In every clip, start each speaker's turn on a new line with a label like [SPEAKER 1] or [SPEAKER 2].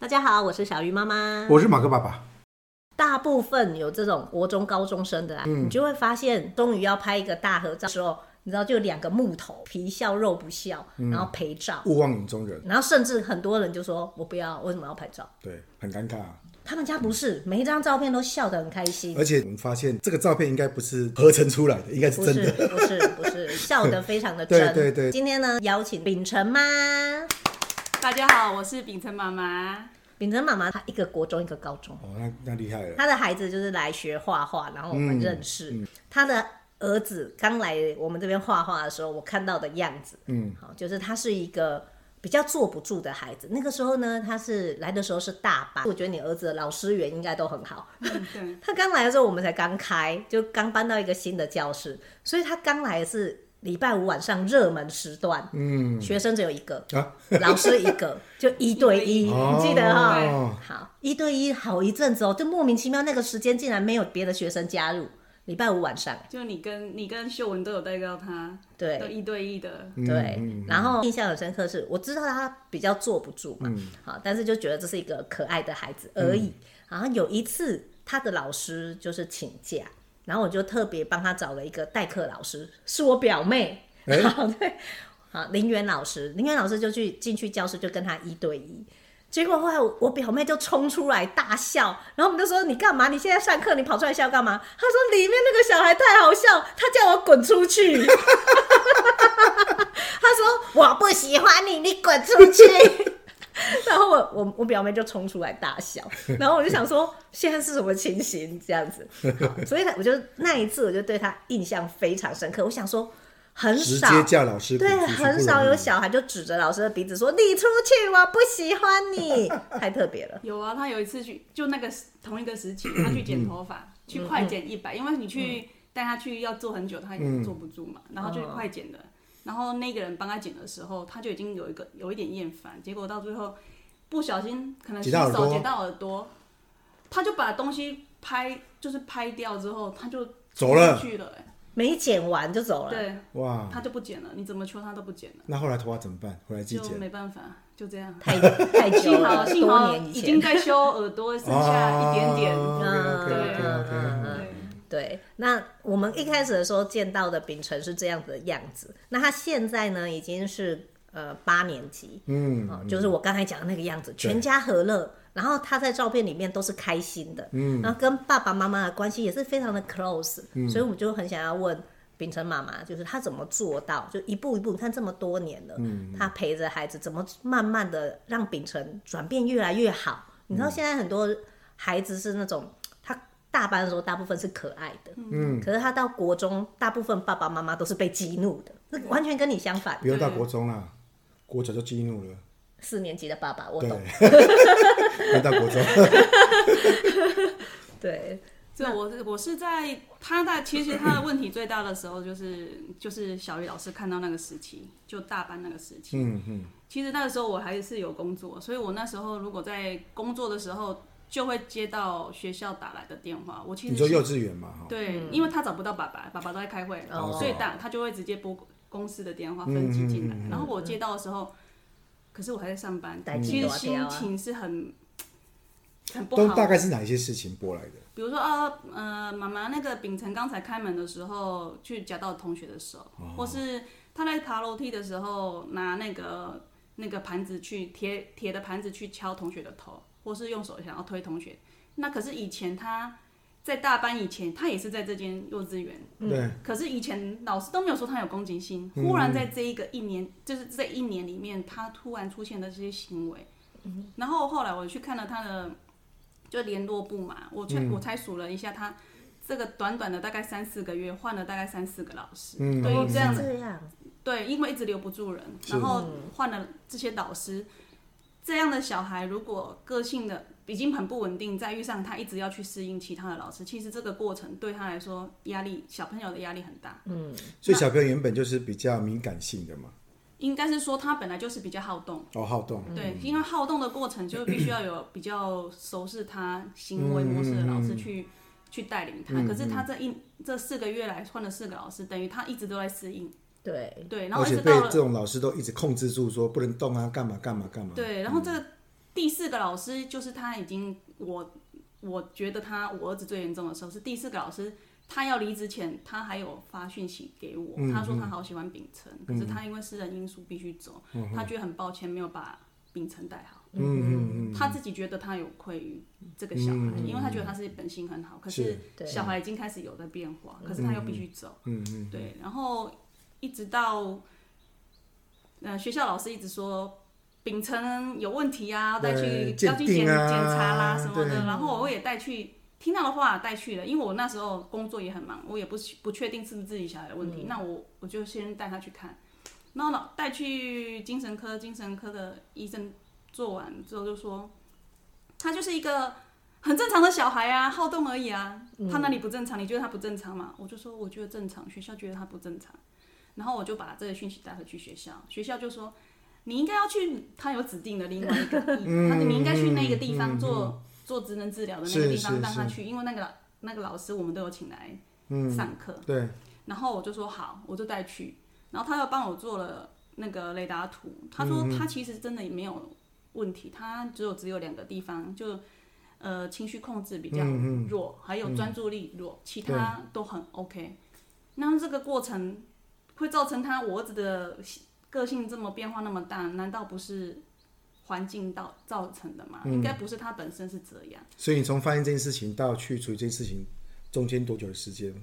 [SPEAKER 1] 大家好，我是小鱼妈妈。
[SPEAKER 2] 我是马克爸爸，
[SPEAKER 1] 大部分有这种国中高中生的啊，
[SPEAKER 2] 嗯
[SPEAKER 1] 你就会发现，终于要拍一个大合照的时候，你知道就有两个木头，皮笑肉不笑，
[SPEAKER 2] 嗯
[SPEAKER 1] 然后陪照，
[SPEAKER 2] 勿忘影中人，
[SPEAKER 1] 然后甚至很多人就说我不要，为什么要拍照？
[SPEAKER 2] 对，很尴尬、啊。
[SPEAKER 1] 他们家不是每一张照片都笑得很开心，
[SPEAKER 2] 而且我们发现这个照片应该不是合成出来的，应该是
[SPEAKER 1] 不
[SPEAKER 2] 真
[SPEAKER 1] 是
[SPEAKER 2] 的。
[SPEAKER 1] 不是不 是，笑得非常的真。
[SPEAKER 2] 对对对
[SPEAKER 1] 今天呢，邀请秉承妈，
[SPEAKER 3] 大家好，我是秉承妈妈。
[SPEAKER 1] 秉承妈妈，她一个国中一个高中，
[SPEAKER 2] 哦，那那厉害了。
[SPEAKER 1] 她的孩子就是来学画画，然后我们认识。她的儿子刚来我们这边画画的时候，我看到的样子，嗯，好，就是他是一个。比较坐不住的孩子，那个时候呢，他是来的时候是大班，我觉得你儿子的老师缘应该都很好，
[SPEAKER 3] 嗯对，
[SPEAKER 1] 他刚来的时候，我们才刚开，就刚搬到一个新的教室，所以他刚来是礼拜五晚上热门时段，嗯，学生只有一个，
[SPEAKER 2] 啊，
[SPEAKER 1] 老师一个，就一对一，
[SPEAKER 3] 一对一
[SPEAKER 1] 你记得哈、
[SPEAKER 2] 哦
[SPEAKER 1] 好，一对一好一阵子哦，就莫名其妙那个时间竟然没有别的学生加入，礼拜五晚上，
[SPEAKER 3] 就你跟你跟秀文都有带到他，
[SPEAKER 1] 对
[SPEAKER 3] 都一对一的。
[SPEAKER 1] 对，然后印象很深刻是，我知道他比较坐不住嘛，好，但是就觉得这是一个可爱的孩子而已。然后有一次，他的老师就是请假，然后我就特别帮他找了一个代课老师，是我表妹，
[SPEAKER 2] 哎
[SPEAKER 1] 好对，好林园老师，林园老师就去进去教室就跟他一对一。结果后来我我表妹就冲出来大笑，然后我们就说你干嘛？你现在上课你跑出来笑干嘛？她说里面那个小孩太好笑，她叫我滚出 去。他说我不喜欢你，你滚出去。 然后我我我表妹就冲出来大笑，然后我就想说现在是什么情形这样子， 好所以呢我就那一次我就对他印象非常深刻。我想说很
[SPEAKER 2] 直
[SPEAKER 1] 少
[SPEAKER 2] 接叫老师滚
[SPEAKER 1] 对
[SPEAKER 2] 出去，
[SPEAKER 1] 很
[SPEAKER 2] 不
[SPEAKER 1] 少
[SPEAKER 2] 容易
[SPEAKER 1] 有小孩就指着老师的鼻子说你出去，我不喜欢 你，太特别了。
[SPEAKER 3] 有啊，他有一次去，就那个时同一个时期，他去剪头
[SPEAKER 2] 嗯
[SPEAKER 3] 发，去快剪一百，因为你去带他去要做很久，他也坐不住嘛，
[SPEAKER 2] 嗯
[SPEAKER 3] 然后就去快剪的。然后那个人帮他剪的时候，他就已经有一个有一点厌烦，结果到最后不小心可能洗
[SPEAKER 2] 剪到耳朵
[SPEAKER 3] 手剪到耳朵，他就把东西拍就是拍掉之后，他就
[SPEAKER 2] 走了
[SPEAKER 3] 出去了、欸
[SPEAKER 1] 没剪完就走了，
[SPEAKER 3] 对，
[SPEAKER 2] 哇，
[SPEAKER 3] 他就不剪了，你怎么求他都不剪了，
[SPEAKER 2] 那后来头发怎么办？回来自己
[SPEAKER 3] 就
[SPEAKER 2] 剪。
[SPEAKER 3] 没办法，就这样。
[SPEAKER 1] 太 太久
[SPEAKER 3] 幸好
[SPEAKER 1] 了，
[SPEAKER 3] 幸
[SPEAKER 1] 多
[SPEAKER 3] 好
[SPEAKER 1] 年以
[SPEAKER 3] 已
[SPEAKER 1] 前
[SPEAKER 3] 经在修耳朵，剩下一点点。
[SPEAKER 2] OK
[SPEAKER 3] 对
[SPEAKER 2] OK OK
[SPEAKER 1] 嗯
[SPEAKER 2] OK。
[SPEAKER 3] 对，
[SPEAKER 1] 对，那我们一开始的时候见到的秉承是这样子的样子，那他现在呢已经是呃八年级，
[SPEAKER 2] 嗯，
[SPEAKER 1] 哦，就是我刚才讲的那个样子，全家和乐。然后他在照片里面都是开心的，嗯，然后跟爸爸妈妈的关系也是非常的 close，、所以我们就很想要问秉承妈妈，就是她怎么做到，就一步一步，你看这么多年了，嗯，她陪着孩子怎么慢慢的让秉承转变越来越好。你知道现在很多孩子是那种他大班的时候大部分是可爱的，嗯，可是他到国中，大部分爸爸妈妈都是被激怒的，那完全跟你相反
[SPEAKER 2] 不。用到国中啦，国小就激怒了。
[SPEAKER 1] 四年级的爸爸，我
[SPEAKER 2] 对
[SPEAKER 1] 懂，，
[SPEAKER 2] 不用到国中，
[SPEAKER 1] 对，
[SPEAKER 3] 这我是我是在他在其实他的问题最大的时候就是就是小雨老师看到那个时期，就大班那个时期。
[SPEAKER 2] 嗯嗯，
[SPEAKER 3] 其实那个时候我还是有工作，所以我那时候如果在工作的时候就会接到学校打来的电话。我其
[SPEAKER 2] 你说
[SPEAKER 3] 实
[SPEAKER 2] 幼稚园嘛，哈，
[SPEAKER 3] 对，因为他找不到爸爸，爸爸都在开会，
[SPEAKER 1] 嗯哦
[SPEAKER 3] 所以打他就会直接拨公司的电话分机进来。
[SPEAKER 2] 嗯嗯嗯
[SPEAKER 3] 然后我接到的时候，可是我还在上班
[SPEAKER 1] 代，
[SPEAKER 3] 其
[SPEAKER 1] 志
[SPEAKER 3] 实
[SPEAKER 1] 大条
[SPEAKER 3] 心
[SPEAKER 1] 啊
[SPEAKER 3] 情是很很不
[SPEAKER 2] 都
[SPEAKER 3] 好
[SPEAKER 2] 大。概是哪一些事情播来的？
[SPEAKER 3] 比如说啊，呃，妈妈那个秉承刚才开门的时候去夹到同学的手，
[SPEAKER 2] 哦
[SPEAKER 3] 或是他在爬楼梯的时候拿那个那个盘子去铁铁的盘子去敲同学的头，或是用手想要推同学。那可是以前他在大班以前，他也是在这间幼稚园，
[SPEAKER 2] 对，嗯
[SPEAKER 3] 可是以前老师都没有说他有攻击性，忽然在这一个一年，就是这一年里面，他突然出现的这些行为，然后后来我去看了他的就联络部嘛，我
[SPEAKER 2] 嗯
[SPEAKER 3] 才、我才数了一下他。这个短短的大概三四个月，换了大概三四个老师。
[SPEAKER 2] 嗯
[SPEAKER 3] 对于这样的
[SPEAKER 1] 这样，
[SPEAKER 3] 对，因为一直留不住人，然后换了这些导师，这样的小孩如果个性的已经很不稳定，再遇上他一直要去适应其他的老师，其实这个过程对他来说压力，小朋友的压力很大。
[SPEAKER 2] 所以小朋友原本就是比较敏感性的嘛，
[SPEAKER 3] 应该是说他本来就是比较好动，
[SPEAKER 2] 哦，好动，
[SPEAKER 3] 对，因为好动的过程就必须要有比较熟识他行为模式的老师
[SPEAKER 2] 嗯
[SPEAKER 3] 去、去带领他。可是他这一这四个月来换了四个老师，等于他一直都在适应，
[SPEAKER 1] 对，
[SPEAKER 3] 对，然后
[SPEAKER 2] 而
[SPEAKER 3] 一
[SPEAKER 2] 且
[SPEAKER 3] 直
[SPEAKER 2] 被
[SPEAKER 3] 到了
[SPEAKER 2] 这种老师都一直控制住，说不能动啊，干嘛干嘛干嘛。
[SPEAKER 3] 对，然后这个第四个老师就是他已经我我觉得他我儿子最严重的时候是第四个老师，他要离职前他还有发讯息给我，
[SPEAKER 2] 嗯
[SPEAKER 3] 他说他好喜欢秉承，可是他因为私人因素必须走，他觉得很抱歉没有把秉承带好。
[SPEAKER 2] 嗯嗯嗯嗯，嗯
[SPEAKER 3] 他自己觉得他有愧于这个小孩，因为他觉得他是本性很好，可是
[SPEAKER 1] 对
[SPEAKER 3] 小孩已经开始有在变化，可是他又必须走，
[SPEAKER 2] 嗯嗯，
[SPEAKER 3] 对，然后一直到，呃，学校老师一直说秉承有问题啊，带去
[SPEAKER 2] 对
[SPEAKER 3] 要去
[SPEAKER 2] 鉴
[SPEAKER 3] 检检
[SPEAKER 2] 定啊
[SPEAKER 3] 查啦什么
[SPEAKER 2] 对
[SPEAKER 3] 的，然后我也带去。听到的话带去了，因为我那时候工作也很忙，我也不不确定是不是自己小孩的问
[SPEAKER 2] 嗯
[SPEAKER 3] 题，那我我就先带他去看，然后呢带去精神科，精神科的医生做完之后就说，他就是一个很正常的小孩啊，好动而已啊。
[SPEAKER 2] 嗯
[SPEAKER 3] 他哪里不正常？你觉得他不正常吗？我就说我觉得正常，学校觉得他不正常。然后我就把这个讯息带回去学校，学校就说你应该要去，他有指定的另外一个地，他你应该去那个地方做做职能治疗的那个地
[SPEAKER 2] 嗯是
[SPEAKER 3] 方，
[SPEAKER 2] 是
[SPEAKER 3] 让他
[SPEAKER 2] 是
[SPEAKER 3] 去，因为那个老那个老师我们都有请来上课。
[SPEAKER 2] 嗯对，
[SPEAKER 3] 然后我就说好，我就带去。然后他又帮我做了那个雷达图，他说
[SPEAKER 2] 嗯
[SPEAKER 3] 他其实真的也没有问题，他只有只有两个地方，就呃情绪控制比较
[SPEAKER 2] 嗯
[SPEAKER 3] 弱，还有专注力弱，其他都很 OK。那这个过程会造成他我儿子的个性这么变化那么大，难道不是环境到造成的
[SPEAKER 2] 嗯
[SPEAKER 3] 吗？应该不是他本身是这样。
[SPEAKER 2] 所以你从发现这件事情到去处理这件事情，中间多久的时间？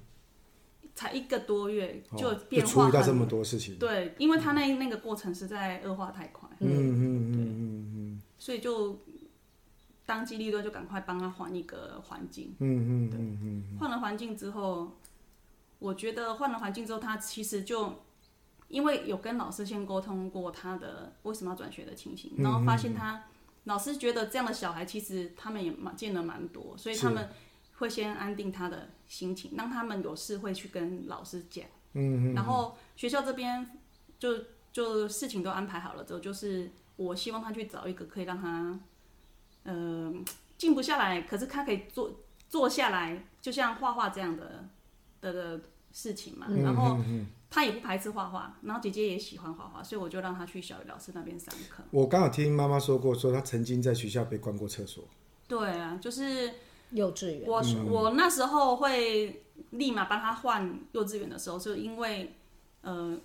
[SPEAKER 3] 才一个多月
[SPEAKER 2] 哦
[SPEAKER 3] 就
[SPEAKER 2] 就
[SPEAKER 3] 变
[SPEAKER 2] 处
[SPEAKER 3] 化
[SPEAKER 2] 理到这
[SPEAKER 3] 很
[SPEAKER 2] 么多事情，
[SPEAKER 3] 对，因为他那那个过程实在恶化太快，嗯嗯嗯嗯嗯，所以就当机立断就赶快帮他换一个环境，
[SPEAKER 2] 嗯嗯嗯嗯，
[SPEAKER 3] 换了环境之后，我觉得换了环境之后，他其实就因为有跟老师先沟通过他的为什么要转学的情形，然后发现他老师觉得这样的小孩其实他们也蛮见了蛮多，所以他们会先安定他的心情，让他们有事会去跟老师讲。嗯然后学校这边就就事情都安排好了之后，就是我希望他去找一个可以让他，呃，静不下来，可是他可以做坐下来，就像画画这样的的的事情嘛。然后他也不排斥画画，然后姐姐也喜欢画画，所以我就让他去小雨老师那边上课。
[SPEAKER 2] 我刚好听妈妈说过，说她曾经在学校被关过厕所，
[SPEAKER 3] 对啊，就是
[SPEAKER 1] 幼稚园，
[SPEAKER 3] 我、我那时候会立马帮他换幼稚园的时候，是因为呃，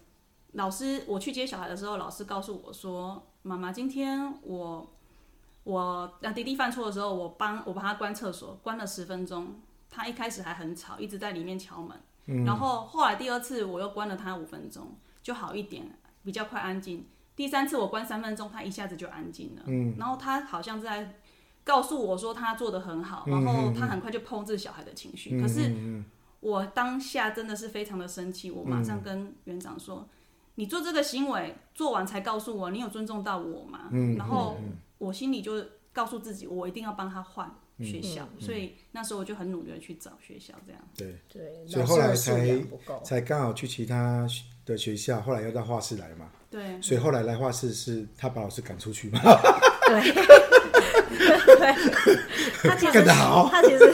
[SPEAKER 3] 老师我去接小孩的时候，老师告诉我说，妈妈今天我我啊弟弟犯错的时候，我帮我把他关厕所，关了十分钟，他一开始还很吵，一直在里面敲门，然后后来第二次我又关了他五分钟，就好一点，比较快安静。第三次我关三分钟，他一下子就安静了。嗯，然后他好像在告诉我说他做的很好，然后他很快就控制小孩的情绪。可是我当下真的是非常的生气，我马上跟园长说：“你做这个行为，做完才告诉我，你有尊重到我吗？”然后我心里就告诉自己，我一定要帮他换学校。所以那时候我就很努力的去找学校，这样。
[SPEAKER 2] 对，
[SPEAKER 1] 对，
[SPEAKER 2] 所以
[SPEAKER 1] 老
[SPEAKER 2] 后
[SPEAKER 1] 师的素
[SPEAKER 2] 来才
[SPEAKER 1] 养不够，
[SPEAKER 2] 才刚好去其他的学校，后来又到画室来嘛，
[SPEAKER 3] 对，
[SPEAKER 2] 所以后来来画室是她把老师赶出去嘛，
[SPEAKER 1] 他其实
[SPEAKER 2] 干得好
[SPEAKER 1] 他其实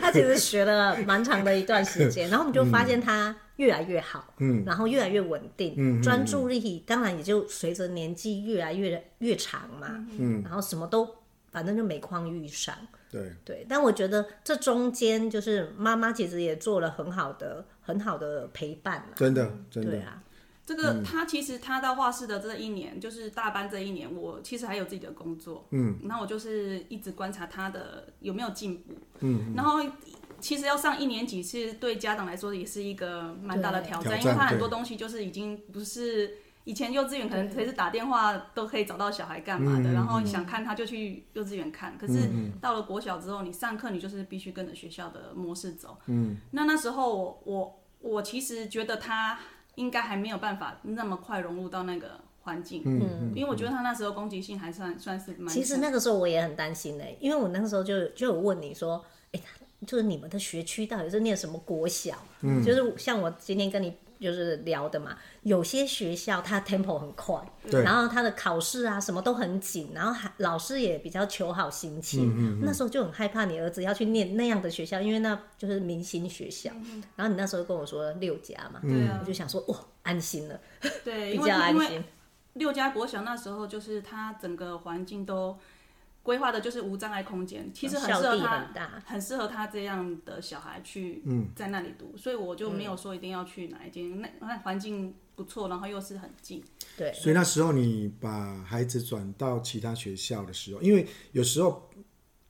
[SPEAKER 1] 他其实学了蛮长的一段时 间，然后我们就发现他越来越好，嗯，然后越来越稳定，嗯，专注力当然也就随着年纪越来越越长嘛，嗯，然后什么都反正就每况愈上，
[SPEAKER 2] 对，
[SPEAKER 1] 对，但我觉得这中间就是妈妈其实也做了很好的很好的陪伴啦，
[SPEAKER 2] 真的真
[SPEAKER 1] 对
[SPEAKER 2] 的，
[SPEAKER 1] 啊，
[SPEAKER 3] 这个他其实他到画室的这一年，就是大班这一年，我其实还有自己的工作，嗯，那我就是一直观察他的有没有进步，嗯，然后其实要上一年级，其实对家长来说也是一个蛮大的
[SPEAKER 1] 对
[SPEAKER 3] 挑
[SPEAKER 2] 挑
[SPEAKER 3] 战，因为
[SPEAKER 2] 战
[SPEAKER 3] 他很
[SPEAKER 2] 对
[SPEAKER 3] 多东西就是已经不是。以前幼稚园可能随时打电话都可以找到小孩干嘛的，然后想看他就去幼稚园看。可是到了国小之后，你上课你就是必须跟着学校的模式走。嗯，那那时候我我我其实觉得他应该还没有办法那么快融入到那个环境，嗯，因为我觉得他那时候攻击性还算算是蛮强，
[SPEAKER 1] 其实那个时候我也很担心呢、因为我那个时候就就有问你说，哎、就是你们的学区到底是念什么国小？嗯，就是像我今天跟你就是聊的嘛，有些学校它 tempo 很快，
[SPEAKER 2] 对
[SPEAKER 1] 然后它的考试啊什么都很紧，然后还老师也比较求好心
[SPEAKER 3] 嗯
[SPEAKER 1] 切。那时候就很害怕你儿子要去念那样的学校，因为那就是明星学校。
[SPEAKER 3] 嗯
[SPEAKER 1] 然后你那时候跟我说六家嘛，
[SPEAKER 3] 对啊
[SPEAKER 1] 我就想说哇，安心了，
[SPEAKER 3] 对，
[SPEAKER 1] 比较
[SPEAKER 3] 因为因
[SPEAKER 1] 安
[SPEAKER 3] 为
[SPEAKER 1] 心。
[SPEAKER 3] 六家国小那时候就是他整个环境都规划的就是无障碍空间，其实很
[SPEAKER 1] 效
[SPEAKER 3] 适合
[SPEAKER 1] 哦地
[SPEAKER 3] 他，
[SPEAKER 1] 很大
[SPEAKER 3] 很适合他这样的小孩去在那里读，所以我就
[SPEAKER 1] 嗯
[SPEAKER 3] 没有说一定要去哪一间，那那环境不错，然后又是很近，
[SPEAKER 1] 对，
[SPEAKER 2] 所以那时候你把孩子转到其他学校的时候，因为有时候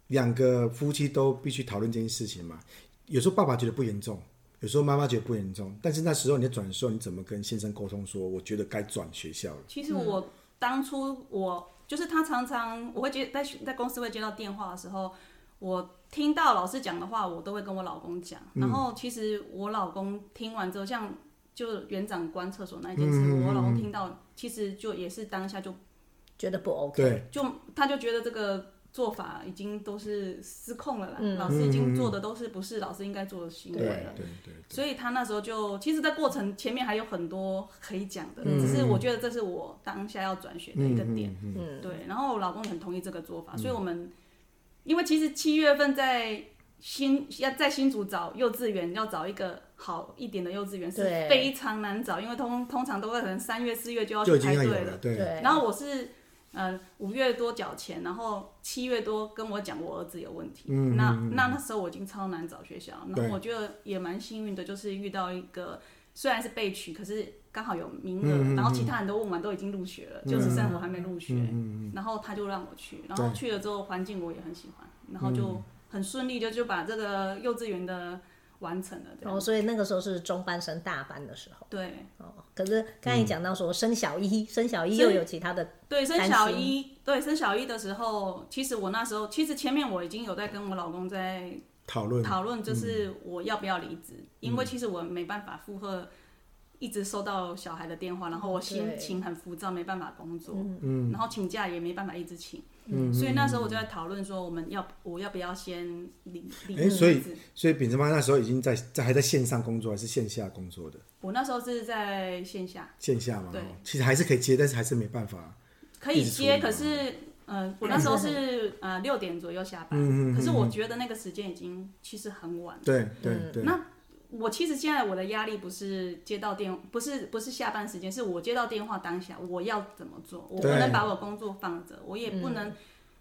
[SPEAKER 2] 两个夫妻都必须讨论这件事情嘛。有时候爸爸觉得不严重，有时候妈妈觉得不严重，但是那时候你在转的时候，你怎么跟先生沟通说，我觉得该转学校了？
[SPEAKER 3] 其实我当初我就是他常常我会接在在公司会接到电话的时候，我听到老师讲的话，我都会跟我老公讲。然后其实我老公听完之后，像就园长关厕所那一件事，我老公听到其实就也是当下就
[SPEAKER 1] 觉得不 OK，
[SPEAKER 2] 对，
[SPEAKER 3] 就他就觉得这个。做法已经都是失控了啦，老师已经做的都是不是老师应该做的行
[SPEAKER 2] 对，
[SPEAKER 3] 为了
[SPEAKER 2] 对，，对。
[SPEAKER 3] 所以他那时候就，其实，在过程前面还有很多可以讲的，只是我觉得这是我当下要转学的
[SPEAKER 2] 嗯
[SPEAKER 3] 一个点，对。然后我老公很同意这个做法，所以我们因为其实七月份在新要在新竹找幼稚园，要找一个好一点的幼稚园是
[SPEAKER 1] 对
[SPEAKER 3] 非常难找，因为通通常都会可能三月四月就要
[SPEAKER 2] 就
[SPEAKER 3] 去
[SPEAKER 2] 已经
[SPEAKER 3] 排
[SPEAKER 2] 要
[SPEAKER 3] 队
[SPEAKER 2] 有
[SPEAKER 3] 了
[SPEAKER 2] 了，，对，
[SPEAKER 1] 对，
[SPEAKER 3] 然后我是呃五月多缴钱，然后七月多跟我讲我儿子有问题，那那那时候我已经超难找学校，然
[SPEAKER 2] 对
[SPEAKER 3] 后我觉得也蛮幸运的，就是遇到一个虽然是被取，可是刚好有名额，然后其他人都问完都已经入学了，就只剩我还没入学，然后他就让我去，然后去了之后环境我也很喜欢，然后就很顺利的就把这个幼稚园的完成了，这
[SPEAKER 1] 然
[SPEAKER 3] 样
[SPEAKER 1] 后哦所以那个时候是中班升大班的时候
[SPEAKER 3] 对。
[SPEAKER 1] 哦。可是刚才你讲到说升小一，升小一又有其他的
[SPEAKER 3] 对，升
[SPEAKER 1] 担
[SPEAKER 3] 小
[SPEAKER 1] 心
[SPEAKER 3] 一，对升小一的时候，其实我那时候，其实前面我已经有在跟我老公在
[SPEAKER 2] 讨论，
[SPEAKER 3] 讨论，就是我要不要离职，因为其实我没办法负荷，一直收到小孩的电话，然后我心
[SPEAKER 1] 对
[SPEAKER 3] 情很浮躁，没办法工作，嗯，然后请假也没办法一直请，嗯，所以那时候我就在讨论说，我们要我要不要先离离
[SPEAKER 2] 诶所以
[SPEAKER 3] 职？
[SPEAKER 2] 所以秉承妈那时候已经在在还在线上工作还是线下工作的？
[SPEAKER 3] 我那时候是在线下。
[SPEAKER 2] 线下嘛，
[SPEAKER 3] 对
[SPEAKER 2] 哦其实还是可以接，但是还是没办法。
[SPEAKER 3] 可以
[SPEAKER 2] 一直处
[SPEAKER 3] 接，
[SPEAKER 2] 理
[SPEAKER 3] 可
[SPEAKER 2] 嘛
[SPEAKER 3] 是呃，我那时候是呃六点左右
[SPEAKER 2] 嗯
[SPEAKER 3] 下班，可是我觉得那个时间已经其实很晚了。
[SPEAKER 2] 对对对，
[SPEAKER 3] 嗯那我其实现在我的压力不是接到电，不是不是下班时间，是我接到电话当下我要怎么做，我不
[SPEAKER 2] 对
[SPEAKER 3] 能把我工作放着，我也不能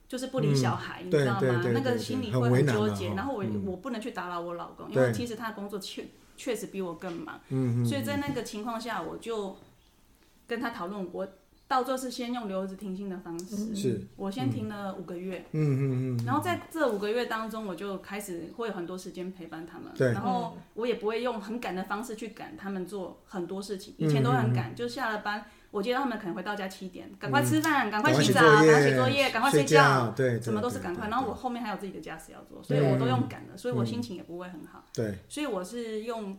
[SPEAKER 3] 就是不理小孩，你知
[SPEAKER 2] 对
[SPEAKER 3] 道
[SPEAKER 2] 对
[SPEAKER 3] 吗？
[SPEAKER 2] 对
[SPEAKER 3] 那
[SPEAKER 2] 对
[SPEAKER 3] 个
[SPEAKER 2] 对
[SPEAKER 3] 心里
[SPEAKER 2] 很
[SPEAKER 3] 会
[SPEAKER 2] 为
[SPEAKER 3] 很
[SPEAKER 2] 难
[SPEAKER 3] 纠
[SPEAKER 2] 啊
[SPEAKER 3] 结，
[SPEAKER 2] 哈
[SPEAKER 3] 然后我我不能去打扰我老公，因为
[SPEAKER 2] 对嗯
[SPEAKER 3] 其实他的工作确确实比我更忙，所以在那个情况下，我就跟他讨论，我到最后是先用留职停薪的方式，
[SPEAKER 2] 是
[SPEAKER 3] 我先停了五个月，嗯嗯嗯，然后在这五个月当中，我就开始会有很多时间陪伴他们，
[SPEAKER 2] 对嗯
[SPEAKER 3] 然后我也不会用很赶的方式去赶他们做很多事情，以前
[SPEAKER 2] 嗯
[SPEAKER 3] 都很赶，就下了班。我接到他们可能回到家七点，赶快吃饭，赶快
[SPEAKER 2] 嗯赶快
[SPEAKER 3] 洗
[SPEAKER 2] 写
[SPEAKER 3] 澡，
[SPEAKER 2] 作
[SPEAKER 3] 赶快
[SPEAKER 2] 业
[SPEAKER 3] 写作业，赶快
[SPEAKER 2] 睡
[SPEAKER 3] 睡觉
[SPEAKER 2] 觉，对对
[SPEAKER 3] 什么都是
[SPEAKER 2] 对
[SPEAKER 3] 赶快。
[SPEAKER 2] 对
[SPEAKER 3] 然后我
[SPEAKER 2] 对嗯
[SPEAKER 3] 后面还有自己的家事要做，所以我都用赶的，所以我心情也不会很好。
[SPEAKER 2] 对，
[SPEAKER 3] 所以我是用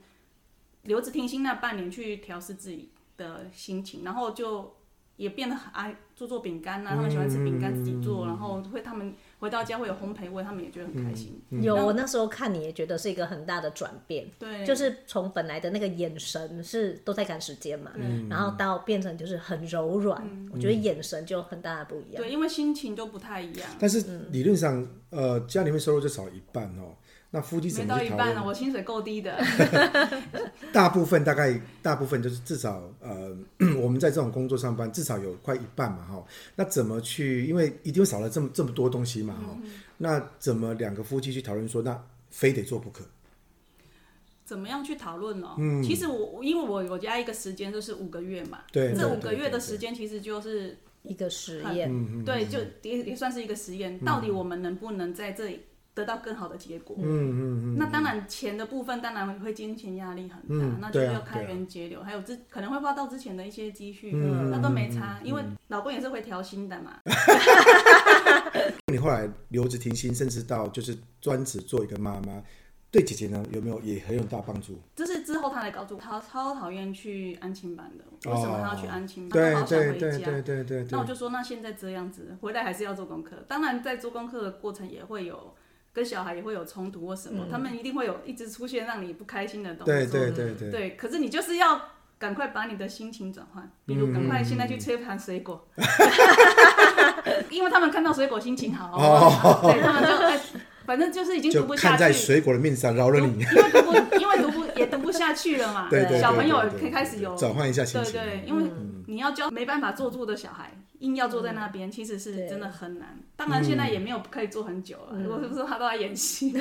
[SPEAKER 3] 留职停薪那半年去调试自己的心情，然后就也变得很爱做做饼干啊，他们喜欢吃饼干自己
[SPEAKER 2] 嗯
[SPEAKER 3] 做，然后会他们回到家会有烘焙味，他们也觉得很开心。
[SPEAKER 2] 嗯
[SPEAKER 1] 有，我那时候看你也觉得是一个很大的转变，
[SPEAKER 3] 对，
[SPEAKER 1] 就是从本来的那个眼神是都在赶时间嘛，然后到变成就是很柔软，我觉得眼神就很大的不一样。
[SPEAKER 3] 对，因为心情就不太一样。
[SPEAKER 2] 但是理论上，呃，家里面收入就少一半哦。那夫妻怎
[SPEAKER 3] 没
[SPEAKER 2] 么
[SPEAKER 3] 到
[SPEAKER 2] 去
[SPEAKER 3] 一
[SPEAKER 2] 讨
[SPEAKER 3] 半了，
[SPEAKER 2] 论？
[SPEAKER 3] 我薪水够 低的，
[SPEAKER 2] 大部分大概大部分就是至少呃， 我们在这种工作上班，至少有快一半嘛哈、那怎么去？因为一定会少了这么这么多东西嘛哈、哦
[SPEAKER 3] 嗯
[SPEAKER 2] 那怎么两个夫妻去讨论说，那非得做不可？
[SPEAKER 3] 怎么样去讨论哦？嗯，其实我因为我我加一个时间就是五个月嘛，
[SPEAKER 2] 对
[SPEAKER 3] 这
[SPEAKER 2] 对
[SPEAKER 3] 五个
[SPEAKER 2] 对
[SPEAKER 3] 月的
[SPEAKER 2] 对
[SPEAKER 3] 时间其实就是
[SPEAKER 1] 一个实验，
[SPEAKER 2] 嗯
[SPEAKER 3] 对，就也也算是一个实验，到底我们能不能在这里得到更好的结果？嗯嗯嗯。那当然，钱的部分当然会金钱压力很大，
[SPEAKER 2] 嗯
[SPEAKER 3] 那就是
[SPEAKER 2] 对
[SPEAKER 3] 要
[SPEAKER 2] 啊
[SPEAKER 3] 开
[SPEAKER 2] 对啊
[SPEAKER 3] 源节流，还有之可能会花到之前的一些积蓄，
[SPEAKER 2] 嗯
[SPEAKER 3] 呃那都没差，因为老公也是会调薪的嘛。
[SPEAKER 2] 你后来留职停薪，甚至到就是专职做一个妈妈，对姐姐呢有没有也很有大帮助？
[SPEAKER 3] 这是之后他来告诉我，他超讨厌去安亲班的，为什么他要去安亲班？
[SPEAKER 2] 对
[SPEAKER 3] 他好想
[SPEAKER 2] 对
[SPEAKER 3] 回
[SPEAKER 2] 对
[SPEAKER 3] 家
[SPEAKER 2] 对。对对
[SPEAKER 3] 那我
[SPEAKER 2] 对，
[SPEAKER 3] 就说，那现在这样子，回来还是要做功课。当然，在做功课的过程也会有跟小孩也会有冲突或什么，他们一定会有一直出现让你不开心的动作。
[SPEAKER 2] 嗯对对对对，
[SPEAKER 3] 对，可是你就是要赶快把你的心情转换，比如赶
[SPEAKER 2] 嗯
[SPEAKER 3] 快现在去切盘水果， 因为他们看到水果心情好，
[SPEAKER 2] 哦
[SPEAKER 3] 对他们就哎反正就是已经读
[SPEAKER 2] 就
[SPEAKER 3] 不下
[SPEAKER 2] 看在
[SPEAKER 3] 去，
[SPEAKER 2] 水果的面上饶了
[SPEAKER 3] 读
[SPEAKER 2] 你。
[SPEAKER 3] 因为读不因为读不也读不下去了嘛，
[SPEAKER 2] 对对对
[SPEAKER 3] 小朋友
[SPEAKER 2] 对对
[SPEAKER 3] 可以开始有
[SPEAKER 2] 转换一下心
[SPEAKER 3] 对
[SPEAKER 2] 情。
[SPEAKER 3] 对，因为你要教没办法坐住的小孩，硬要坐在那边，其实是
[SPEAKER 1] 对
[SPEAKER 3] 真的很难。当然现在也没有可以坐很久了，如果是说他都在演戏，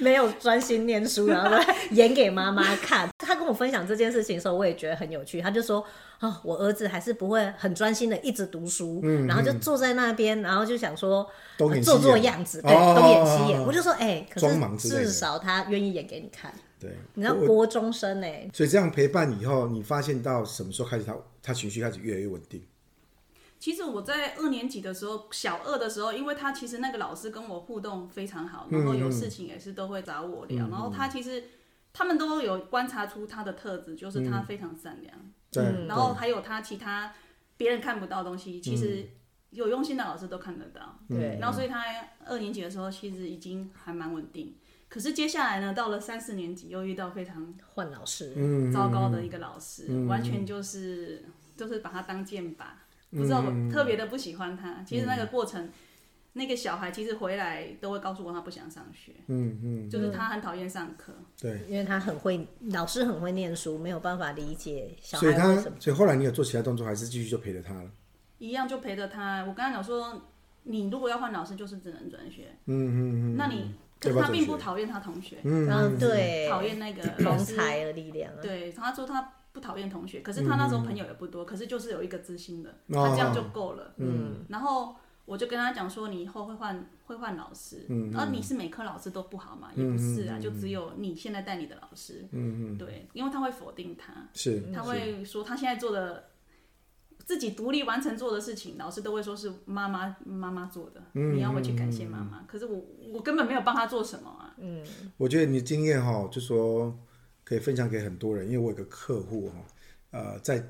[SPEAKER 1] 没有专心念书，然后在演给妈妈看。 他跟我分享这件事情的时候，我也觉得很有趣。他就说：“哦，我儿子还是不会很专心的一直读书，然后就坐在那边，然后就想说、
[SPEAKER 2] 东演西
[SPEAKER 1] 做做
[SPEAKER 2] 演
[SPEAKER 1] 样子，
[SPEAKER 2] 哦
[SPEAKER 1] 对，东演西演。
[SPEAKER 2] 哦哦哦
[SPEAKER 1] 我就说：“哎、可
[SPEAKER 2] 装忙
[SPEAKER 1] 是
[SPEAKER 2] 之类的
[SPEAKER 1] 至少他愿意演给你看。
[SPEAKER 2] 对，
[SPEAKER 1] 你知道
[SPEAKER 2] 我
[SPEAKER 1] 国中生哎、
[SPEAKER 2] 所以这样陪伴以后，你发现到什么时候开始他他情绪开始越来越稳定？
[SPEAKER 3] 其实我在二年级的时候，小二的时候，因为他其实那个老师跟我互动非常好，然后有事情也是都会找我聊，然后他其实他们都有观察出他的特质，就是他非常善良，
[SPEAKER 2] 对，
[SPEAKER 1] 嗯
[SPEAKER 3] 然后还有他其他别人看不到的东西，其实有用心的老师都看得到。
[SPEAKER 1] 对
[SPEAKER 3] 然后所以他二年级的时候其实已经还蛮稳定，可是接下来呢，到了三四年级又遇到非常
[SPEAKER 1] 换老师，
[SPEAKER 3] 糟糕的一个老师，完全就是就是把他当箭靶，不知道我特别的不喜欢他。其实那个过程，那个小孩其实回来都会告诉我他不想上学，
[SPEAKER 2] 嗯嗯，
[SPEAKER 3] 就是他很讨厌上课。
[SPEAKER 2] 对。
[SPEAKER 1] 因为他很会，老师很会念书，没有办法理解小孩
[SPEAKER 2] 所以他
[SPEAKER 1] 为什么。”，
[SPEAKER 2] 所以后来你有做其他动作，还是继续就陪着他了？
[SPEAKER 3] 一样就陪着他。我跟他讲说，你如果要换老师，就是只能转学。
[SPEAKER 2] 嗯嗯嗯。
[SPEAKER 3] 那你
[SPEAKER 2] 要
[SPEAKER 3] 可是
[SPEAKER 2] 不要
[SPEAKER 3] 他
[SPEAKER 2] 转
[SPEAKER 3] 并不
[SPEAKER 2] 学嗯
[SPEAKER 3] 讨厌他同学，
[SPEAKER 1] 然后对，
[SPEAKER 3] 讨 厌那个老
[SPEAKER 1] 同
[SPEAKER 3] 师。
[SPEAKER 1] 才的力量啊，
[SPEAKER 3] 对，他说他不讨厌同学，可是他那时候朋友也不多，可是就是有一个知心的，
[SPEAKER 2] 嗯哦
[SPEAKER 3] 他这样就够了。嗯，然后我就跟他讲说，你以后会换会换老师，嗯，然后你是每科老师都不好嘛，也不是
[SPEAKER 2] 嗯
[SPEAKER 3] 啊，就只有你现在带你的老师，嗯嗯，对，因为他会否定他，
[SPEAKER 2] 嗯是
[SPEAKER 3] 他会说他现在做的。自己独立完成做的事情，老师都会说是妈妈妈妈做的，
[SPEAKER 2] 嗯
[SPEAKER 3] 你要回去感谢妈妈。可是我我根本没有帮他做什么啊，
[SPEAKER 2] 我觉得你的经验哈、就说可以分享给很多人，因为我有个客户哈、呃，在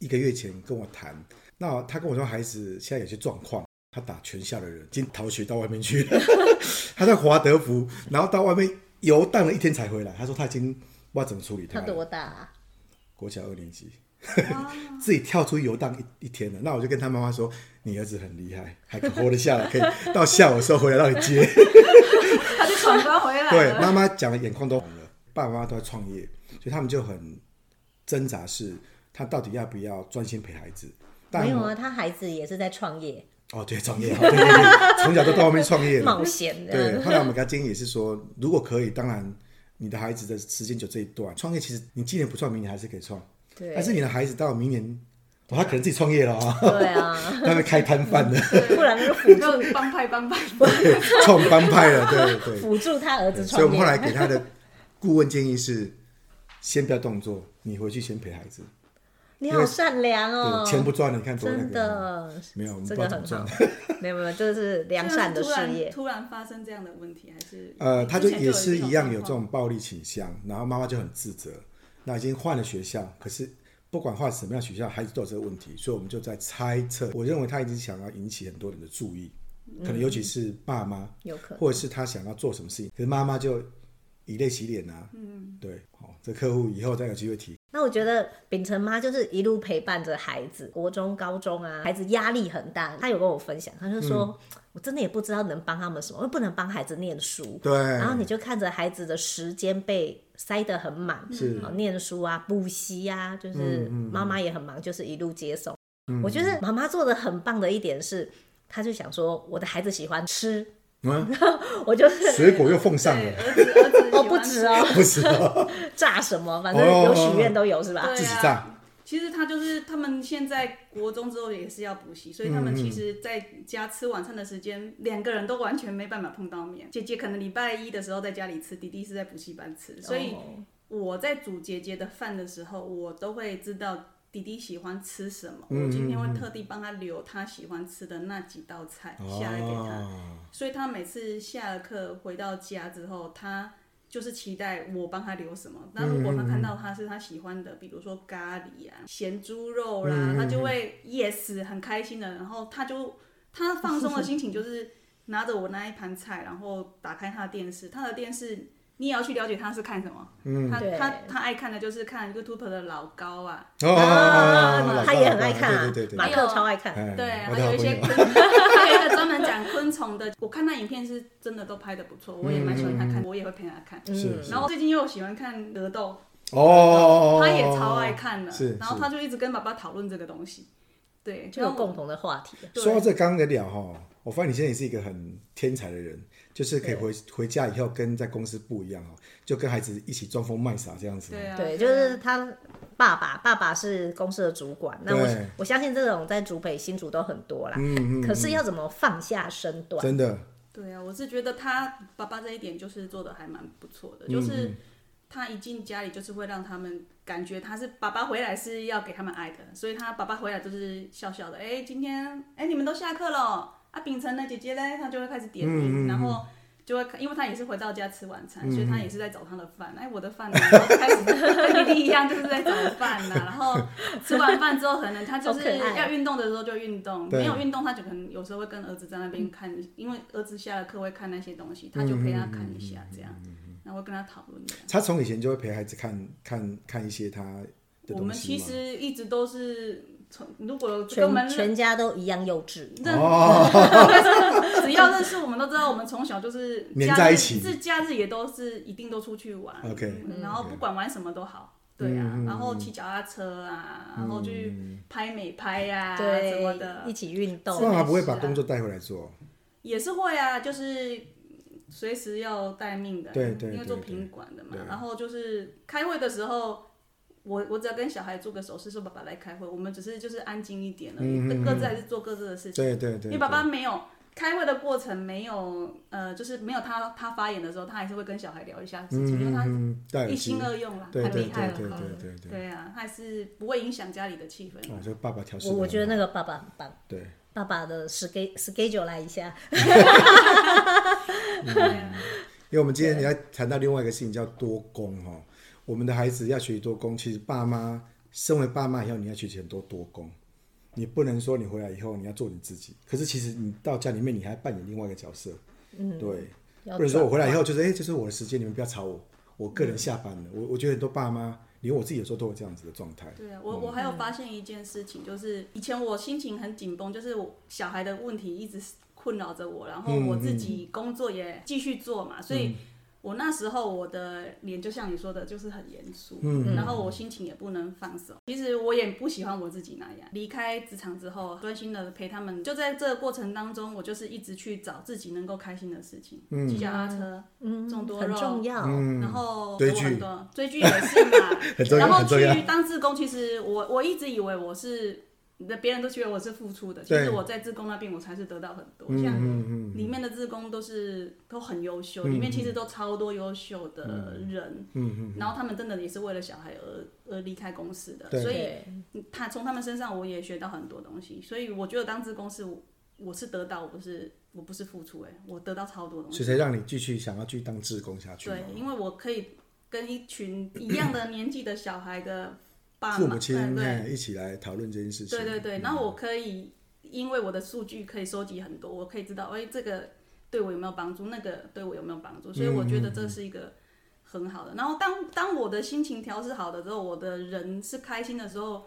[SPEAKER 2] 一个月前跟我谈，那他跟我说孩子现在有些状况，他打全校的人已经逃学到外面去了， 他在华德福，然后到外面游荡了一天才回来，他说他已经不知道怎么处理他
[SPEAKER 1] 他
[SPEAKER 2] 了
[SPEAKER 1] 多大、啊？
[SPEAKER 2] 国小二年级， 自己跳出游荡一一天了。那我就跟他妈妈说：“你儿子很厉害，还活得下来，可以到下午的时候回来让你接。
[SPEAKER 3] 他就闯关回”来
[SPEAKER 2] 对，
[SPEAKER 3] 了。
[SPEAKER 2] 妈妈讲的眼眶都红了。爸爸妈妈都在创业，所以他们就很挣扎是，他到底要不要专心陪孩子？但
[SPEAKER 1] 没有啊，他孩子也是在创业
[SPEAKER 2] 哦，对，创业，对对对，从小 都到外面创业了，
[SPEAKER 1] 冒险这样
[SPEAKER 2] 对，后来我们给他建议也是说，如果可以，当然你的孩子的时间就这一段创业，其实你今年不创，明年还是可以创。
[SPEAKER 1] 对
[SPEAKER 2] 但是你的孩子到明年，哦、他可能自己创业了 啊、
[SPEAKER 1] 对 啊，
[SPEAKER 2] 他会开摊贩了，
[SPEAKER 1] 不然就是 辅
[SPEAKER 3] 没有帮 派帮派，
[SPEAKER 2] 创帮派了，对对
[SPEAKER 1] 辅助他儿子
[SPEAKER 2] 对。所以我
[SPEAKER 1] 创
[SPEAKER 2] 们
[SPEAKER 1] 业。
[SPEAKER 2] 后来给他的顾问建议是， 先不要动作，你回去先陪孩子，
[SPEAKER 1] 你好善良哦，
[SPEAKER 2] 对，钱不赚了，你看多那
[SPEAKER 1] 真
[SPEAKER 2] 个。
[SPEAKER 1] 的，
[SPEAKER 2] 没有，我们不
[SPEAKER 1] 这
[SPEAKER 2] 知道
[SPEAKER 1] 个
[SPEAKER 2] 怎么
[SPEAKER 1] 很
[SPEAKER 2] 赚
[SPEAKER 1] 好。，没有没有，这是良善的
[SPEAKER 3] 突然
[SPEAKER 1] 事业。
[SPEAKER 3] 突然发生这样的问题，还是
[SPEAKER 2] 呃，他就
[SPEAKER 3] 之前
[SPEAKER 2] 也是一样有
[SPEAKER 3] 有
[SPEAKER 2] 这种暴力倾向，然后妈妈就很自责。那已经换了学校，可是不管换什么样学校，孩子都有这个问题，所以我们就在猜测。我认为他已经想要引起很多人的注意，可能尤其是爸妈，
[SPEAKER 1] 有可能
[SPEAKER 2] 或者是他想要做什么事情，可是妈妈就以泪洗脸啊。嗯，对，好、这客户以后再有机会提。
[SPEAKER 1] 那我觉得秉承妈就是一路陪伴着孩子，国中、高中啊，孩子压力很大。她有跟我分享，她就说、
[SPEAKER 2] 嗯
[SPEAKER 1] 我真的也不知道能帮他们什么，我又不能帮孩子念书。
[SPEAKER 2] 对，
[SPEAKER 1] 然后你就看着孩子的时间被塞得很满，
[SPEAKER 2] 是嗯
[SPEAKER 1] 哦念书啊、补习啊，就是妈妈也很忙，就是一路接送。我觉得妈妈做的很棒的一点是，她就想说我的孩子喜欢吃，
[SPEAKER 2] 嗯，
[SPEAKER 1] 我就是
[SPEAKER 2] 水果又奉上
[SPEAKER 3] 对
[SPEAKER 2] 了，
[SPEAKER 3] 儿子儿子
[SPEAKER 1] 哦不止
[SPEAKER 3] 啊，
[SPEAKER 1] 哦，
[SPEAKER 2] 不是哦，
[SPEAKER 1] 炸什么反正有许愿都有是吧？
[SPEAKER 3] 对啊
[SPEAKER 2] 自己炸。
[SPEAKER 3] 其实他就是他们现在国中之后也是要补习，所以他们其实在家吃晚餐的时间，两个人都完全没办法碰到面。姐姐可能礼拜一的时候在家里吃，弟弟是在补习班吃，所以
[SPEAKER 1] 哦
[SPEAKER 3] 我在煮姐姐的饭的时候，我都会知道。弟弟喜欢吃什么？我今天会特地帮他留他喜欢吃的那几道菜下来给他。
[SPEAKER 2] 哦，
[SPEAKER 3] 所以他每次下了课回到家之后，他就是期待我帮他留什么。那如果他看到他是他喜欢的，比如说咖喱啊、咸猪肉啦、他就会 yes 很开心的。然后他就他放松的心情就是拿着我那一盘菜，然后打开他的电视，他的电视。你也要去了解他是看什么，嗯、他
[SPEAKER 1] 对
[SPEAKER 3] 他他爱看的就是看 YouTube 的老高啊，
[SPEAKER 2] 哦
[SPEAKER 1] 啊
[SPEAKER 2] 老
[SPEAKER 1] 他
[SPEAKER 2] 高
[SPEAKER 1] 也
[SPEAKER 2] 老
[SPEAKER 1] 很爱
[SPEAKER 2] 高
[SPEAKER 1] 看啊
[SPEAKER 2] 对对，对
[SPEAKER 1] 马
[SPEAKER 2] 对，
[SPEAKER 1] 克超爱看。
[SPEAKER 2] 哎
[SPEAKER 3] 对，
[SPEAKER 2] 我
[SPEAKER 3] 还
[SPEAKER 2] 的好
[SPEAKER 3] 有一
[SPEAKER 2] 朋
[SPEAKER 3] 些
[SPEAKER 2] 友。
[SPEAKER 3] 还有一个专门讲展昆虫的，我看那影片是真的都拍的不错，我也蛮喜欢他看，我也会陪他看。
[SPEAKER 2] 嗯是是
[SPEAKER 3] 然后最近又喜欢看格斗，
[SPEAKER 2] 哦，
[SPEAKER 3] 他也超爱看的
[SPEAKER 2] 是，，
[SPEAKER 3] 然后
[SPEAKER 2] 是
[SPEAKER 3] 他就一直跟爸爸讨论这个东西，对，
[SPEAKER 1] 就有
[SPEAKER 3] 然后
[SPEAKER 1] 共同的话题。
[SPEAKER 3] 对
[SPEAKER 2] 说到这刚刚的聊哈，我发现你现在也是一个很天才的人，就是可以回回家以后跟在公司不一样哦，就跟孩子一起装疯卖傻这样子。
[SPEAKER 3] 对啊，
[SPEAKER 1] 对，
[SPEAKER 3] 啊
[SPEAKER 1] 就是他爸爸，爸爸是公司的主管。那我
[SPEAKER 2] 对
[SPEAKER 1] 我相信这种在竹北、新竹都很多啦。
[SPEAKER 2] 嗯，嗯
[SPEAKER 1] 可是要怎么放下身段？
[SPEAKER 2] 真的，
[SPEAKER 3] 对啊，我是觉得他爸爸这一点就是做的还蛮不错
[SPEAKER 2] 嗯
[SPEAKER 3] 的，就是他一进家里就是会让他们感觉他是爸爸回来是要给他们爱的，所以他爸爸回来就是笑笑的，哎、今天哎、你们都下课了，啊秉承的姐姐嘞，他就会开始点名，然后。就会，因为他也是回到家吃晚餐，所以他也是在找他的饭。哎，我的饭呢？然后开始 跟弟弟一样，就是在找饭呐、然后吃完饭之后，可能他就
[SPEAKER 1] 好
[SPEAKER 3] 是
[SPEAKER 1] 可爱
[SPEAKER 3] 要运动的时候就运动，
[SPEAKER 2] 对
[SPEAKER 3] 没有运动他就可能有时候会跟儿子在那边看，因为儿子下了课会看那些东西，他就陪他看一下这样，然后会跟他讨论这样。
[SPEAKER 2] 他从以前就会陪孩子看看看一些他的
[SPEAKER 3] 我
[SPEAKER 2] 东
[SPEAKER 3] 们
[SPEAKER 2] 西
[SPEAKER 3] 其
[SPEAKER 2] 嘛。
[SPEAKER 3] 实一直都是从如果跟我们
[SPEAKER 1] 全全家都一样幼稚。
[SPEAKER 3] 认
[SPEAKER 2] 哦
[SPEAKER 3] 只要认识我们都知道，我们从小就是
[SPEAKER 2] 黏
[SPEAKER 3] 假
[SPEAKER 2] 在
[SPEAKER 3] 日
[SPEAKER 2] 一起
[SPEAKER 3] 是假日也都是一定都出去玩。
[SPEAKER 2] OK 嗯
[SPEAKER 3] 嗯然后不管玩什么都好。对啊，然后骑脚踏车啊，然后去拍美拍呀、啊、什么的
[SPEAKER 1] 对，，一起运动。
[SPEAKER 2] 爸爸不会把
[SPEAKER 3] 是啊
[SPEAKER 2] 工作带回来做，
[SPEAKER 3] 也是会啊，就是随时要待命的，
[SPEAKER 2] 对对
[SPEAKER 3] 因为做
[SPEAKER 2] 对对
[SPEAKER 3] 品管的嘛
[SPEAKER 2] 对。
[SPEAKER 3] 然后就是开会的时候，我我只要跟小孩做个手势，说爸爸来开会，我们只是就是安静一点而已，
[SPEAKER 2] 嗯嗯嗯
[SPEAKER 3] 各自还是做各自的事情。
[SPEAKER 2] 对对对
[SPEAKER 3] 因为爸爸没有开会的过程，没有呃，就是没有他他发言的时候，他还是会跟小孩聊一下事
[SPEAKER 2] 嗯
[SPEAKER 3] 情，因为他
[SPEAKER 2] 嗯，戴耳
[SPEAKER 3] 一
[SPEAKER 2] 机
[SPEAKER 3] 心，二用啦，
[SPEAKER 2] 对
[SPEAKER 3] 很
[SPEAKER 2] 对
[SPEAKER 3] 啊厉
[SPEAKER 2] 对
[SPEAKER 3] 害
[SPEAKER 2] 对
[SPEAKER 3] 了。
[SPEAKER 2] 对
[SPEAKER 3] 嗯
[SPEAKER 2] 对对，
[SPEAKER 3] 对啊，还是不会影响家里的气氛。
[SPEAKER 2] 哦，这爸爸调试
[SPEAKER 1] 我
[SPEAKER 2] 得
[SPEAKER 1] 我觉得
[SPEAKER 2] 很
[SPEAKER 1] 那个爸爸很棒，
[SPEAKER 2] 好对，
[SPEAKER 1] 爸爸的 schedule schedule 来一下。
[SPEAKER 2] 因为我们今天也要谈到另外一个事情叫多功哦，我们的孩子要学习多功，其实爸妈身为爸妈以后，你要学习很多多功。你不能说你回来以后你要做你自己，可是其实你到家里面你还扮演另外一个角色，嗯，对，
[SPEAKER 1] 要
[SPEAKER 2] 不能说我回来以后就是哎、这是我的时间，你们不要吵我，我个人下班了。我我觉得很多爸妈，连我自己有时候都有这样子的状态。
[SPEAKER 3] 对啊，我我还有发现一件事情，就是以前我心情很紧绷，就是我小孩的问题一直困扰着我，然后我自己工作也继续做嘛，所以我那时候我的脸就像你说的，就是很严肃，然后我心情也不能放手。其实我也不喜欢我自己那样。离开职场之后，专心的陪他们，就在这个过程当中，我就是一直去找自己能够开心的事情，骑脚踏车，
[SPEAKER 1] 嗯，
[SPEAKER 3] 种多
[SPEAKER 1] 很
[SPEAKER 3] 肉
[SPEAKER 1] 重要。
[SPEAKER 3] 然后
[SPEAKER 2] 嗯追
[SPEAKER 3] 我
[SPEAKER 2] 剧
[SPEAKER 3] 很多追剧也是嘛
[SPEAKER 2] 很重，要
[SPEAKER 3] 然后
[SPEAKER 2] 很重要
[SPEAKER 3] 去当志工，其实我我一直以为我是，那别人都觉得我是付出的，其
[SPEAKER 2] 对
[SPEAKER 3] 实我在志工那边我才是得到很多，像
[SPEAKER 2] 嗯嗯
[SPEAKER 3] 里面的志工都是都很优秀，里面其实都超多优秀的人，
[SPEAKER 2] 嗯
[SPEAKER 3] 然后他们真的也是为了小孩而而离开公司的，
[SPEAKER 2] 对
[SPEAKER 3] 所以
[SPEAKER 1] 对，
[SPEAKER 3] 他从他们身上我也学到很多东西，所以我觉得当志工是我我是得到，我不是我不是付出、哎，我得到超多东
[SPEAKER 2] 嗯，
[SPEAKER 3] 西
[SPEAKER 2] 所以。才让你继续想要继续当志工下去嘛。
[SPEAKER 3] 对，因为我可以跟一群一样的年纪的小孩的 爸妈，
[SPEAKER 2] 父母亲
[SPEAKER 3] 嗯
[SPEAKER 2] 哎嗯
[SPEAKER 3] 对
[SPEAKER 2] 一起来讨论这件事情。
[SPEAKER 3] 对对对，然后我可以因为我的数据可以收集很多，我可以知道，哎，这个对我有没有帮助，那个对我有没有帮
[SPEAKER 2] 嗯
[SPEAKER 3] 助，所以我觉得这是一个很好的。然后当当我的心情调试好的之后，我的人是开心的时候。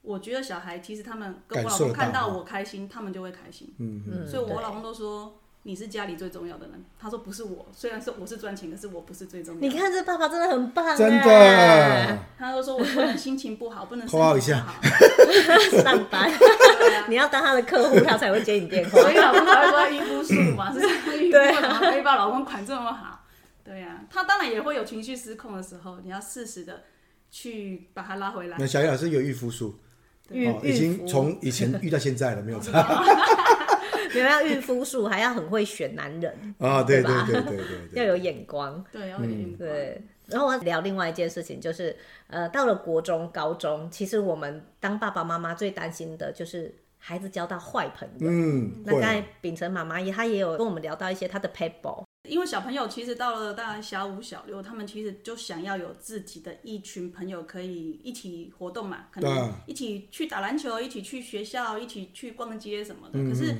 [SPEAKER 3] 我觉得小孩其实他们跟我老公
[SPEAKER 2] 感受
[SPEAKER 3] 看
[SPEAKER 2] 到
[SPEAKER 3] 到我开心，他们就会开心。
[SPEAKER 2] 嗯
[SPEAKER 1] 嗯，
[SPEAKER 3] 所以我老
[SPEAKER 1] 对
[SPEAKER 3] 公都说你是家里最重要的人。他说不是我，虽然说我是赚钱，可是我不是最重要的。
[SPEAKER 1] 你看这爸爸真的很棒，
[SPEAKER 2] 真的，
[SPEAKER 3] 他就说我不能心情不好，不 能
[SPEAKER 2] 括号一
[SPEAKER 3] 身体
[SPEAKER 2] 下
[SPEAKER 3] 不好，
[SPEAKER 1] 上班，
[SPEAKER 3] 对啊
[SPEAKER 1] 你要当他的客户，他才会接你电话。
[SPEAKER 3] 所以老公才会说孕妇术嘛，是不是？孕妇为什么可以把老公管这么好？对呀、他当然也会有情绪失控的时候，你要适时的去把他拉回来。
[SPEAKER 2] 那小叶老师有预付术，
[SPEAKER 1] 预
[SPEAKER 2] 哦，已经
[SPEAKER 1] 预
[SPEAKER 2] 从以前遇到现在了，没有 差
[SPEAKER 1] 你们要御夫术，还要很会选男人，
[SPEAKER 2] 啊？对对
[SPEAKER 1] 吧
[SPEAKER 2] 对对对对，
[SPEAKER 1] 要有眼光。
[SPEAKER 3] 对，要有点
[SPEAKER 1] 嗯对，然后我要聊另外一件事情，就是呃，到了国中、高中，其实我们当爸爸妈妈最担心的就是孩子交到坏朋友。
[SPEAKER 2] 嗯，
[SPEAKER 1] 那刚
[SPEAKER 2] 会
[SPEAKER 1] 才秉承妈妈也，她也有跟我们聊到一些她的 p a p e
[SPEAKER 3] 因为小朋友其实到了大概小五、小六，他们其实就想要有自己的一群朋友可以一起活动嘛，可
[SPEAKER 2] 对
[SPEAKER 3] 能
[SPEAKER 2] 啊
[SPEAKER 3] 一起去打篮球，一起去学校，一起去逛街什么的。
[SPEAKER 2] 嗯
[SPEAKER 3] 可是，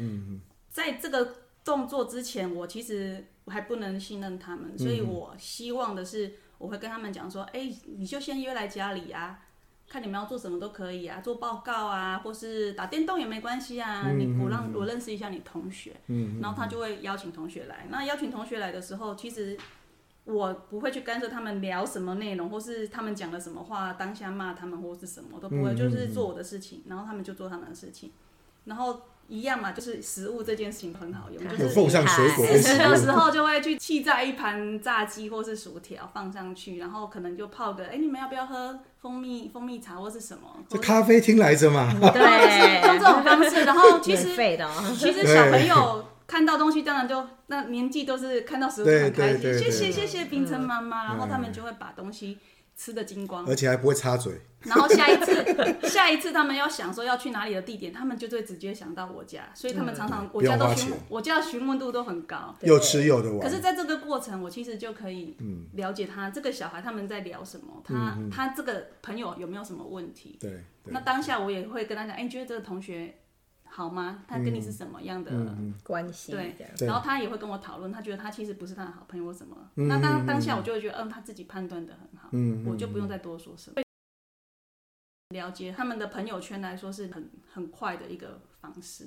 [SPEAKER 3] 在这个动作之前，我其实还不能信任他
[SPEAKER 2] 嗯
[SPEAKER 3] 们，所以我希望的是，我会跟他们讲说，哎、你就先约来家里啊。看你们要做什么都可以啊，做报告啊，或是打电动也没关系啊。
[SPEAKER 2] 嗯
[SPEAKER 3] 你我让我认识一下你同学，然后他就会邀请同学来。那邀请同学来的时候，其实我不会去干涉他们聊什么内容，或是他们讲了什么话，当下骂他们或是什么都不会，就是做我的事情，然后他们就做他们的事情，然后一样嘛，就是食物这件事情很好用，就是
[SPEAKER 2] 嗯有奉上水果跟
[SPEAKER 1] 哎
[SPEAKER 2] 食
[SPEAKER 3] 那时
[SPEAKER 2] 物，
[SPEAKER 3] 候就会去气炸一盘炸鸡或是薯条放上去，然后可能就泡个，哎、你们要不要喝蜂蜜蜂蜜茶或是什么？
[SPEAKER 2] 这
[SPEAKER 3] 或是
[SPEAKER 2] 咖啡厅来着嘛，
[SPEAKER 1] 对，
[SPEAKER 3] 用这种方式，然后其
[SPEAKER 1] 免
[SPEAKER 3] 实
[SPEAKER 1] 费的哦，
[SPEAKER 3] 其实小朋友看到东西，当然就那年纪都是看到食物就很
[SPEAKER 2] 对
[SPEAKER 3] 开心，
[SPEAKER 2] 对
[SPEAKER 3] 谢
[SPEAKER 2] 对嗯
[SPEAKER 3] 谢
[SPEAKER 2] 对
[SPEAKER 3] 谢谢冰城妈妈，然后他们就会把东西吃的精光。
[SPEAKER 2] 而且还不会插嘴。
[SPEAKER 3] 然后下一次， 下一次他们要想说要去哪里的地点，他们就会直接想到我家，所以他们常常我家
[SPEAKER 2] 嗯不用
[SPEAKER 3] 都
[SPEAKER 2] 花
[SPEAKER 3] 询
[SPEAKER 2] 钱，
[SPEAKER 3] 我家的询问度都很高。
[SPEAKER 1] 对
[SPEAKER 2] 又吃又的
[SPEAKER 3] 可
[SPEAKER 2] 玩，
[SPEAKER 3] 是，在这个过程，我其实就可以
[SPEAKER 2] 嗯
[SPEAKER 3] 了解他、这个小孩他们在聊什么，他、他这个朋友有没有什么问题？
[SPEAKER 2] 对嗯对
[SPEAKER 3] 那当下我也会跟他讲，哎、你觉得这个同学好吗？他跟你
[SPEAKER 2] 嗯
[SPEAKER 3] 是什么样的？
[SPEAKER 1] 关系
[SPEAKER 3] 对
[SPEAKER 1] 这样，
[SPEAKER 2] 对
[SPEAKER 3] 然后他也会跟我讨论，他觉得他其实不是他的好朋友或什么。
[SPEAKER 2] 嗯
[SPEAKER 3] 那当当下我就会觉得，嗯，他自己判断的很好，
[SPEAKER 2] 嗯嗯
[SPEAKER 3] 我就不用再多说什么。了解他们的朋友圈来说是很很快的一个方式，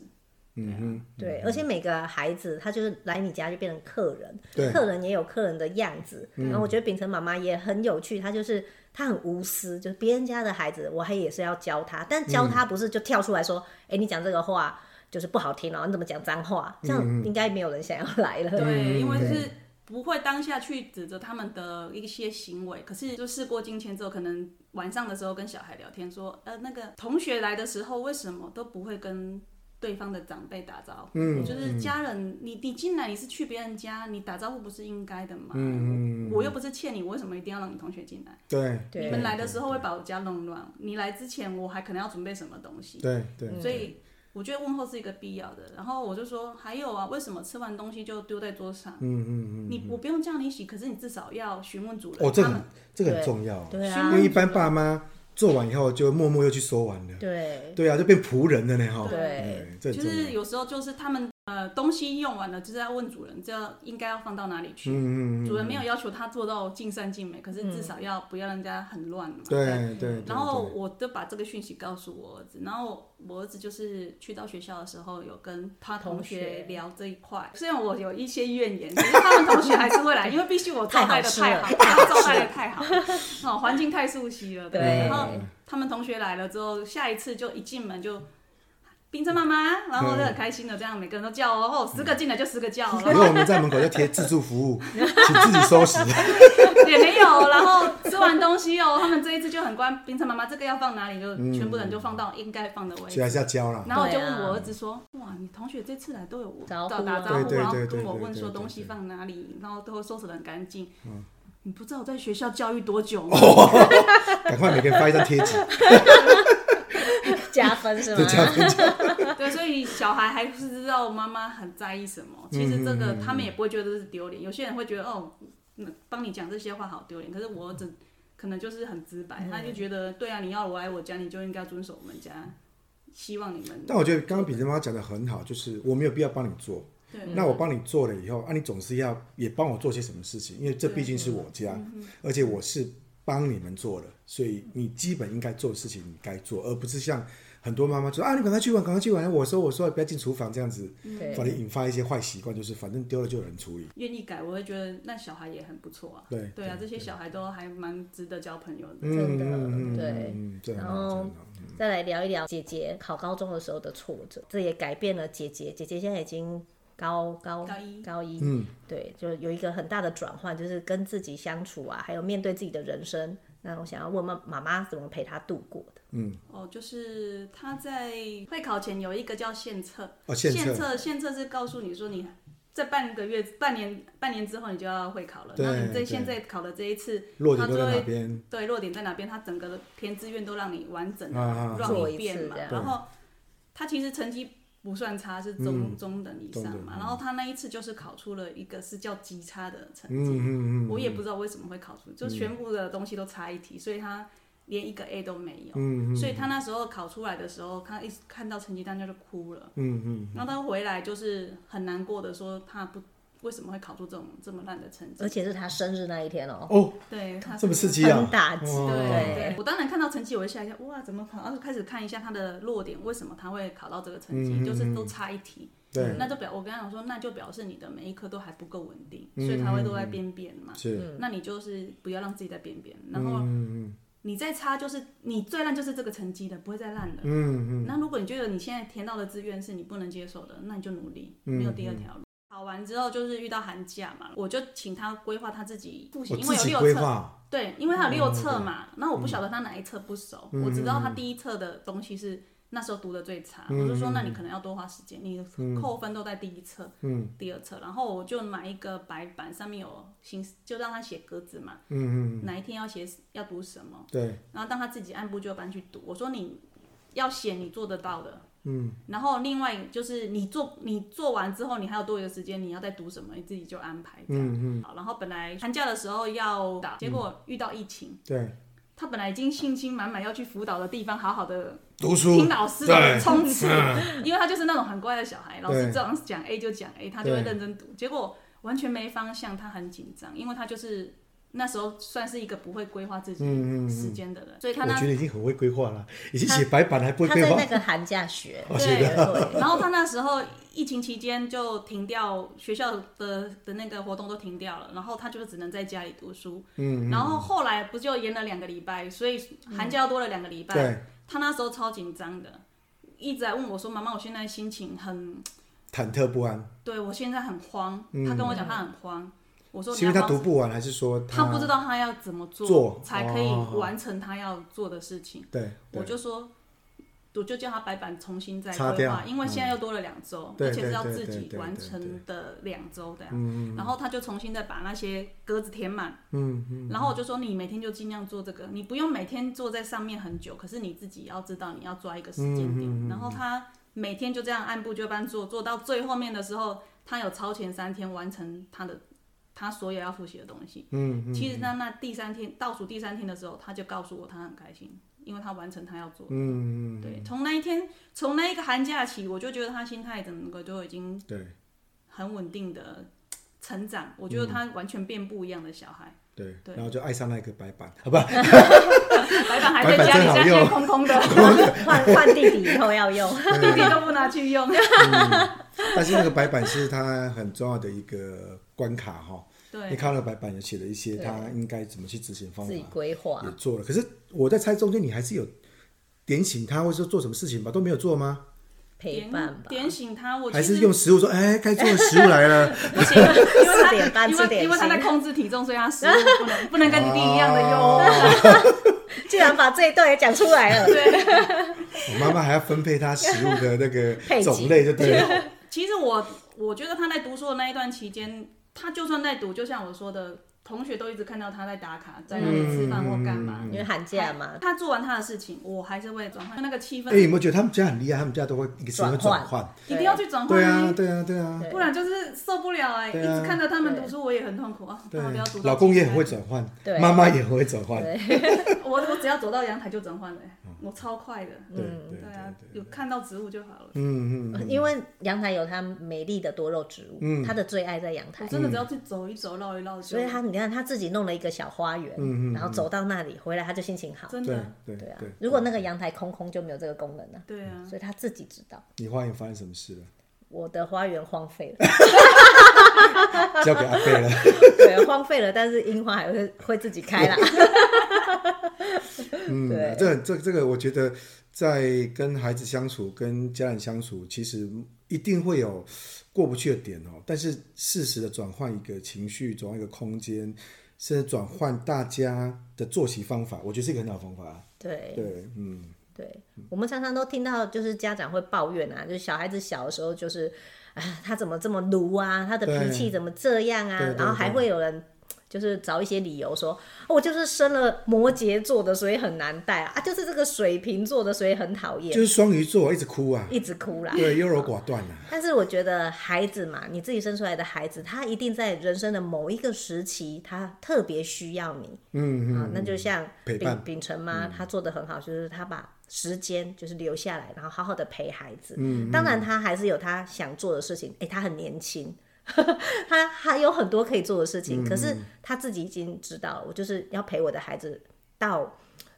[SPEAKER 2] 嗯哼，
[SPEAKER 1] 对，而且每个孩子他就是来你家就变成客人，
[SPEAKER 2] 对嗯
[SPEAKER 1] 客人也有客人的样子。然后我觉得秉承妈妈也很有趣，她就是她很无私，就是别人家的孩子，我还也是要教他，但教他不是就跳出来说，哎、你讲这个话就是不好听哦，你怎么讲脏话？这样应该没有人想要来了。
[SPEAKER 3] 对，因为
[SPEAKER 1] 对
[SPEAKER 3] 是不会当下去指责他们的一些行为，可是就事过境迁之后，可能晚上的时候跟小孩聊天说，呃，那个同学来的时候为什么都不会跟。对方的长辈打招呼，
[SPEAKER 1] 嗯
[SPEAKER 3] 就是家人，你你进来你是去别人家，你打招呼不是应该的
[SPEAKER 1] 嗯
[SPEAKER 3] 吗？我又不是欠你，我为什么一定要让你同学进来？
[SPEAKER 2] 对
[SPEAKER 1] 对
[SPEAKER 3] 你们来的时候会把我家弄乱，你来之前我还可能要准备什么东西，
[SPEAKER 2] 对对，
[SPEAKER 1] 嗯
[SPEAKER 3] 所以我觉得问候是一个必要的。然后我就说，还有啊，为什么吃完东西就丢在桌上？嗯嗯嗯，你我不用叫你洗，可是你至少要询问主人。
[SPEAKER 2] 哦，这
[SPEAKER 3] 他
[SPEAKER 2] 很
[SPEAKER 3] 们
[SPEAKER 2] 这个很重要，
[SPEAKER 1] 对
[SPEAKER 2] 因
[SPEAKER 3] 询
[SPEAKER 1] 啊，
[SPEAKER 3] 问
[SPEAKER 2] 为一般爸妈做完以后就默默又去收完了，
[SPEAKER 1] 对
[SPEAKER 2] 对啊，就变仆人了呢哈，
[SPEAKER 1] 对
[SPEAKER 2] 哎这很
[SPEAKER 3] 就
[SPEAKER 2] 重
[SPEAKER 3] 是
[SPEAKER 2] 要，
[SPEAKER 3] 有时候就是他们呃东西用完了，就是要问主人，这要应该要放到哪里去。嗯嗯主人没有要求他做到尽善尽美，可是至少要不要让人家很乱嘛。
[SPEAKER 2] 对对，
[SPEAKER 3] 嗯然后我就把这个讯息告诉我儿子，然后我儿子就是去到学校的时候有跟他同学聊这一块，虽然我有一些怨言，可是他们同学还是会来，因为必须我招待的太好，我招待的太好，哦，环境太熟悉了，
[SPEAKER 1] 对
[SPEAKER 3] 然后他们同学来了之后，下一次就一进门就。冰城妈妈，然后我就很开心的这样，每个人都叫哦，哦，十个进来就十个 叫哦，
[SPEAKER 2] 对以后我们在门口要贴自助服 务，请自己收拾，
[SPEAKER 3] 也没有。然后吃完东西哦，他们这一次就很乖，冰城妈妈这个要放哪里，就全部人就放到应该放的
[SPEAKER 2] 所
[SPEAKER 3] 位
[SPEAKER 2] 以
[SPEAKER 3] 置
[SPEAKER 2] 还。是要教啦。
[SPEAKER 3] 然后我就问
[SPEAKER 1] 对啊
[SPEAKER 3] 我儿子说：“哇，你同学这次来都有
[SPEAKER 1] 招呼啊
[SPEAKER 3] 打打
[SPEAKER 2] 对
[SPEAKER 3] 招呼，
[SPEAKER 2] 对
[SPEAKER 3] 然后
[SPEAKER 2] 对对
[SPEAKER 3] 跟我
[SPEAKER 2] 对
[SPEAKER 3] 问
[SPEAKER 2] 对
[SPEAKER 3] 说
[SPEAKER 2] 对
[SPEAKER 3] 东西
[SPEAKER 2] 对嗯
[SPEAKER 3] 放哪里，然后都会收拾的很干净。”你不知道我在学校教育多 久吗？
[SPEAKER 2] 赶快每个人发一张贴 纸，
[SPEAKER 1] 加分是吗
[SPEAKER 2] 就？这样子。
[SPEAKER 3] 对，所以小孩还是知道妈妈很在意什么。其实这
[SPEAKER 2] 嗯
[SPEAKER 3] 个他们也不会觉得是丢脸，有些人会觉得哦，那帮你讲这些话好丢脸。可是我儿子可能就是很直白，他
[SPEAKER 1] 嗯
[SPEAKER 3] 就觉得对啊，你要我来我家，你就应该遵守我们家，希望你们
[SPEAKER 2] 但我觉得刚刚比珍妈讲的很好，就是我没有必要帮你做，
[SPEAKER 3] 对
[SPEAKER 2] 那我帮你做了以后，啊，你总是要也帮我做些什么事情，因为这毕竟是我家，
[SPEAKER 3] 嗯
[SPEAKER 2] 而且我是帮你们做了，所以你基本应该做的事情你该做，而不是像很多妈妈说啊，你赶快去玩，赶快去玩，我说我说不要进厨房这样子，
[SPEAKER 1] 对
[SPEAKER 2] 反正引发一些坏习惯，就是反正丢了就有人处理。
[SPEAKER 3] 愿意改，我会觉得那小孩也很不错啊。
[SPEAKER 2] 对
[SPEAKER 3] 对啊，
[SPEAKER 2] 对
[SPEAKER 3] 这些小孩都还蛮值得交朋友的。
[SPEAKER 1] 真的
[SPEAKER 2] 嗯嗯嗯
[SPEAKER 1] 对
[SPEAKER 2] 嗯，这很好，
[SPEAKER 1] 然后
[SPEAKER 2] 这很好。
[SPEAKER 1] 再来聊一聊姐姐考高中的时候的挫折，这也改变了姐姐。姐姐现在已经高高
[SPEAKER 3] 高一
[SPEAKER 1] 高一，
[SPEAKER 2] 嗯，
[SPEAKER 1] 对，就有一个很大的转换，就是跟自己相处啊，还有面对自己的人生。那我想要问妈妈妈怎么陪她度过的？
[SPEAKER 3] 哦，就是他在会考前有一个叫献测，
[SPEAKER 2] 哦，献
[SPEAKER 3] 献
[SPEAKER 2] 策，
[SPEAKER 3] 测献测是告诉你说你这半个月、半年、半年之后你就要会考了，然后你
[SPEAKER 2] 对
[SPEAKER 3] 这
[SPEAKER 2] 对
[SPEAKER 3] 现在考的这一次，
[SPEAKER 2] 落
[SPEAKER 3] 他
[SPEAKER 2] 点
[SPEAKER 3] 就
[SPEAKER 2] 都在哪
[SPEAKER 3] 会
[SPEAKER 2] 边？
[SPEAKER 3] 对落点在哪边，他整个的填志愿都让你完整
[SPEAKER 2] 啊
[SPEAKER 3] 的
[SPEAKER 1] 做
[SPEAKER 3] 让
[SPEAKER 1] 一
[SPEAKER 3] 一遍
[SPEAKER 1] 次
[SPEAKER 3] 嘛
[SPEAKER 1] 这，样
[SPEAKER 3] 然后他其实成绩。不算差，是中、中等以
[SPEAKER 2] 嗯
[SPEAKER 3] 上
[SPEAKER 2] 中
[SPEAKER 3] 嘛。
[SPEAKER 2] 等嗯
[SPEAKER 3] 然后他那一次就是考出了一个是叫极差的成绩，
[SPEAKER 2] 嗯嗯嗯，嗯
[SPEAKER 3] 我也不知道为什么会考出，就全部的东西都差一题，所以他连一个 A 都没有。
[SPEAKER 2] 嗯
[SPEAKER 3] 所以他那时候考出来的时候，他一
[SPEAKER 2] 嗯
[SPEAKER 3] 看到成绩单他就哭了。嗯嗯。然后他回来就是很难过的说，他不为什么会考出这种这么烂的成绩
[SPEAKER 1] 而？且是他生日那一天哦，
[SPEAKER 2] 哦，
[SPEAKER 3] 对，他
[SPEAKER 2] 这么刺
[SPEAKER 3] 是
[SPEAKER 2] 激啊！
[SPEAKER 1] 很打击
[SPEAKER 2] 哇
[SPEAKER 3] 对
[SPEAKER 1] 对
[SPEAKER 3] 对，我当然看到成绩，我会吓一跳，哇，怎么考？然后开始看一下他的弱点，为什么他会考到这个成绩？
[SPEAKER 2] 嗯嗯
[SPEAKER 3] 就是都差一题。
[SPEAKER 2] 对，
[SPEAKER 3] 那就表我跟他讲说，那就表示你的每一科都还不够稳定，
[SPEAKER 2] 嗯
[SPEAKER 3] 所以才会都在边边嘛。
[SPEAKER 2] 是，嗯
[SPEAKER 3] 那你就是不要让自己在边边，然后你再差就是你最烂就是这个成绩了，不会再烂了。
[SPEAKER 2] 嗯嗯，
[SPEAKER 3] 那如果你觉得你现在填到的志愿是你不能接受的，那你就努力，没有第
[SPEAKER 2] 嗯
[SPEAKER 3] 二条路。考完之后就是遇到寒假嘛，我就请他规划他自己复习，
[SPEAKER 2] 我
[SPEAKER 3] 因为
[SPEAKER 2] 自
[SPEAKER 3] 有
[SPEAKER 2] 己规
[SPEAKER 3] 六册，
[SPEAKER 2] 划，嗯
[SPEAKER 3] 对，因为他有六册嘛，那、我不晓得他哪一册不熟，我只知道他第一册的东西是那时候读的最差，我就说那你可能要多花时间，你扣分都在第一册、
[SPEAKER 2] 嗯
[SPEAKER 3] 第二册，然后我就买一个白板，上面有形，就让他写格子嘛，
[SPEAKER 2] 嗯嗯，
[SPEAKER 3] 哪一天要写要读什么，
[SPEAKER 2] 对，
[SPEAKER 3] 然后当他自己按部就班去读，我说你要写你做得到的，
[SPEAKER 2] 嗯，
[SPEAKER 3] 然后另外就是你做你做完之后，你还有多余的时间，你要再读什么，你自己就安排这样。
[SPEAKER 2] 嗯嗯，
[SPEAKER 3] 好，然后本来寒假的时候要打，结果遇到疫情，
[SPEAKER 2] 对，
[SPEAKER 3] 他本来已经信心满满要去辅导的地方，好好的
[SPEAKER 2] 读书，
[SPEAKER 3] 听老师的
[SPEAKER 2] 对，嗯
[SPEAKER 3] 冲刺， 因为他就是那种很乖的小孩，老师
[SPEAKER 2] 对
[SPEAKER 3] 这样讲 A 就讲 A，他就会
[SPEAKER 2] 对
[SPEAKER 3] 认真读，结果完全没方向，他很紧张，因为他就是那时候算是一个不会规划自己
[SPEAKER 2] 嗯嗯嗯
[SPEAKER 3] 时间的人，所以他
[SPEAKER 2] 我
[SPEAKER 3] 那
[SPEAKER 2] 觉得已经很会规划了，已经写白板还不会
[SPEAKER 1] 他
[SPEAKER 2] 规
[SPEAKER 1] 在
[SPEAKER 2] 划
[SPEAKER 1] 那，个寒假 学，
[SPEAKER 2] 哦
[SPEAKER 3] 对
[SPEAKER 2] 写的，
[SPEAKER 1] 对，
[SPEAKER 3] 然后他那时候疫情期间就停掉学校的的那个活动都停掉了，然后他就只能在家里读书。
[SPEAKER 2] 嗯，
[SPEAKER 3] 然后后来不就延了两个礼拜，所以寒假又多了两个礼拜。
[SPEAKER 2] 嗯对，
[SPEAKER 3] 他那时候超紧张的，一直在问我说：“妈妈，我现在心情很，
[SPEAKER 2] 忐忑不安，
[SPEAKER 3] 对我现在很慌。他跟我讲他很慌，我
[SPEAKER 2] 嗯
[SPEAKER 3] 说：“
[SPEAKER 2] 是
[SPEAKER 3] 你
[SPEAKER 2] 因为他
[SPEAKER 3] 要
[SPEAKER 2] 读
[SPEAKER 3] 帮。”
[SPEAKER 2] 不完，还是说
[SPEAKER 3] 他不知道他要怎么做
[SPEAKER 2] 做
[SPEAKER 3] 才可以
[SPEAKER 2] 哦
[SPEAKER 3] 完成他要做的事情。
[SPEAKER 2] 对，
[SPEAKER 3] 我
[SPEAKER 2] 对，
[SPEAKER 3] 就说，我就叫他白板重新再
[SPEAKER 2] 擦
[SPEAKER 3] 规
[SPEAKER 2] 掉嗯
[SPEAKER 3] 划，因为现在又多了两周，
[SPEAKER 2] 对
[SPEAKER 3] 而且
[SPEAKER 2] 对
[SPEAKER 3] 是要
[SPEAKER 2] 对
[SPEAKER 3] 自
[SPEAKER 2] 对
[SPEAKER 3] 己
[SPEAKER 2] 对
[SPEAKER 3] 完
[SPEAKER 2] 对
[SPEAKER 3] 成的两周的呀。啊然后他就重新再把那些格子填满。
[SPEAKER 2] 嗯嗯，
[SPEAKER 3] 然后我就说，你每天就尽量做这个，你不用每天坐在上面很久，可是你自己要知道你要抓一个时间
[SPEAKER 2] 嗯
[SPEAKER 3] 点。然后他每天就这样按部就班做，做到最后面的时候，他有超前三天完成他的。他所有要复习的东西，嗯，其实那那第三天倒数第三天的时候，他就告诉我他很开心，因为他完成他要做的
[SPEAKER 2] 嗯嗯，
[SPEAKER 3] 对，从那一天，从那一个寒假起，我就觉得他心态整个就已经
[SPEAKER 2] 对
[SPEAKER 3] 很稳定的成长，我觉
[SPEAKER 2] 嗯
[SPEAKER 3] 得他完全变不一样的小孩。
[SPEAKER 2] 对，
[SPEAKER 3] 对
[SPEAKER 2] 然后就爱上那个白板，好吧，
[SPEAKER 3] 白板还在家里，
[SPEAKER 2] 白板真好
[SPEAKER 3] 家现在
[SPEAKER 2] 用
[SPEAKER 3] 空空的，
[SPEAKER 1] 换换弟弟以后要用，
[SPEAKER 3] 弟弟都不拿去用。
[SPEAKER 2] 但是那个白板是他很重要的一个关卡哈，你
[SPEAKER 3] 对，
[SPEAKER 2] 看到那个白板有写了一些
[SPEAKER 1] 对
[SPEAKER 2] 他应该怎么去执行方
[SPEAKER 1] 自
[SPEAKER 2] 法
[SPEAKER 1] 己，规划
[SPEAKER 2] 也。做了，可是我在猜中间你还是有点醒他，或者说做什么事情吧，都没有做吗？
[SPEAKER 1] 陪
[SPEAKER 3] 点
[SPEAKER 1] 伴吧，
[SPEAKER 3] 点醒他，我
[SPEAKER 2] 还
[SPEAKER 3] 其
[SPEAKER 2] 是
[SPEAKER 3] 实
[SPEAKER 2] 用食物说，哎，该做的食物来 了，
[SPEAKER 3] 不行，因为
[SPEAKER 1] 四点
[SPEAKER 3] 他
[SPEAKER 1] 半
[SPEAKER 3] 因
[SPEAKER 1] 吃点
[SPEAKER 3] 为因为他
[SPEAKER 1] 心
[SPEAKER 3] 在控制体重，所以他食物不能不能跟弟弟一样的 用。
[SPEAKER 2] 哦
[SPEAKER 1] 竟然把这一段也讲出来
[SPEAKER 2] 嗯
[SPEAKER 1] 了，
[SPEAKER 3] 对，
[SPEAKER 2] 我妈妈还要分配她食物的那 个
[SPEAKER 1] 配
[SPEAKER 2] 种
[SPEAKER 1] 给
[SPEAKER 2] 类，就对了。
[SPEAKER 3] 其实我我觉得他在读书的那一段期间，他就算在读，就像我说的，同学都一直看到他在打卡，在那里吃饭或干嘛。
[SPEAKER 2] 嗯
[SPEAKER 1] 因为寒假嘛，
[SPEAKER 3] 他做完他的事情，我还是会转换那个气氛，
[SPEAKER 2] 哎，有没有觉得他们家很厉害？他们家都会一个时间转
[SPEAKER 1] 转换
[SPEAKER 2] 换。
[SPEAKER 3] 一定要去转换、
[SPEAKER 2] 对啊，，对啊，对啊。
[SPEAKER 3] 不然就是受不了哎、
[SPEAKER 2] 对
[SPEAKER 3] 一
[SPEAKER 2] 啊
[SPEAKER 3] 直看着他们读书，我也很痛苦啊。
[SPEAKER 2] 对
[SPEAKER 3] 到底要读，到
[SPEAKER 2] 老公也很会
[SPEAKER 3] 几
[SPEAKER 2] 转换，
[SPEAKER 1] 对
[SPEAKER 2] 妈妈也很会转换，
[SPEAKER 1] 对
[SPEAKER 3] 点，我我只要走到阳台就转换了、哎我超快的。
[SPEAKER 2] 对对
[SPEAKER 3] 对啊，
[SPEAKER 2] 嗯对
[SPEAKER 3] 有
[SPEAKER 2] 对，
[SPEAKER 3] 看到植物就好了。
[SPEAKER 2] 嗯嗯嗯，
[SPEAKER 1] 因为阳台有它美丽的多肉植物，
[SPEAKER 2] 嗯
[SPEAKER 1] 它的最爱在阳
[SPEAKER 3] 我
[SPEAKER 1] 台，
[SPEAKER 3] 真的只要去走一走、绕一绕就，
[SPEAKER 1] 所以他你看他自己弄了一个小花园，
[SPEAKER 2] 嗯嗯嗯
[SPEAKER 1] 然后走到那里回来他就心情好，
[SPEAKER 3] 真
[SPEAKER 2] 对
[SPEAKER 3] 的
[SPEAKER 2] 对
[SPEAKER 1] 对啊
[SPEAKER 2] 对。。
[SPEAKER 1] 如果那个阳台空空就没有这个功能了、
[SPEAKER 3] 对啊，
[SPEAKER 1] 所以他自己知道
[SPEAKER 2] 你花园发生什么事了，
[SPEAKER 1] 我的花园荒废了，
[SPEAKER 2] 交给阿贝 了。
[SPEAKER 1] 对，荒废了，但是樱花还会会自己开啦，
[SPEAKER 2] 嗯
[SPEAKER 1] 对，
[SPEAKER 2] 这这嗯这个，我觉得在跟孩子相处、跟家人相处，其实一定会有过不去的点哦。但是适时的转换一个情绪，转换一个空间，甚至转换大家的作息方法，我觉得是一个很好的方法。啊
[SPEAKER 1] 对。
[SPEAKER 2] 对，嗯，
[SPEAKER 1] 对，我们常常都听到，就是家长会抱怨啊，就是小孩子小的时候，就是，啊，他怎么这么鲁啊，他的脾气怎么这样啊
[SPEAKER 2] 对对，对
[SPEAKER 1] 然后还会有人就是找一些理由说，哦，我就是生了摩羯座的，所以很难带啊，啊，就是这个水瓶座的，所以很讨
[SPEAKER 2] 就
[SPEAKER 1] 厌，
[SPEAKER 2] 是双鱼座一直 哭啊，
[SPEAKER 1] 一直哭啦。
[SPEAKER 2] 对，优柔寡断啊，
[SPEAKER 1] 但是我觉得孩子嘛，你自己生出来的孩子，他一定在人生的某一个时期，他特别需要你。
[SPEAKER 2] 嗯
[SPEAKER 1] 啊
[SPEAKER 2] 嗯，，
[SPEAKER 1] 那就像
[SPEAKER 2] 陪
[SPEAKER 1] 秉
[SPEAKER 2] 伴嗯
[SPEAKER 1] 秉承妈，她做的很好，就是她把时间就是留
[SPEAKER 2] 嗯
[SPEAKER 1] 下来，然后好好的陪孩子。当然她还是有她想做的事情，哎、她很年轻， 他还有很多可以做的事
[SPEAKER 2] 嗯
[SPEAKER 1] 情，可是他自己已经知道了，我就是要陪我的孩子到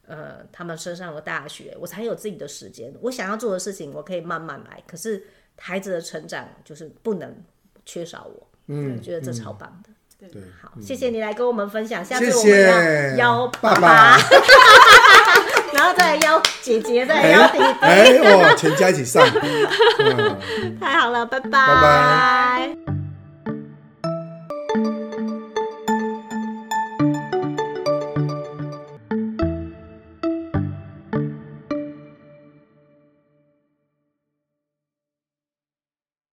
[SPEAKER 1] 呃他们升上了大学，我才有自己的时间。我想要做的事情，我可以慢慢来，可是孩子的成长就是不能缺少我。嗯，觉得这超棒的。
[SPEAKER 2] 对，
[SPEAKER 1] 好，谢谢你来跟我们分享，下
[SPEAKER 2] 谢
[SPEAKER 1] 次我们
[SPEAKER 2] 谢
[SPEAKER 1] 要邀
[SPEAKER 2] 爸
[SPEAKER 1] 爸
[SPEAKER 2] 爸，
[SPEAKER 1] 然后再来邀姐姐，再来
[SPEAKER 2] 哎
[SPEAKER 1] 邀弟弟。
[SPEAKER 2] 哎，哦，全家一起上。嗯
[SPEAKER 1] 太好了，拜拜，
[SPEAKER 2] 拜
[SPEAKER 1] 拜。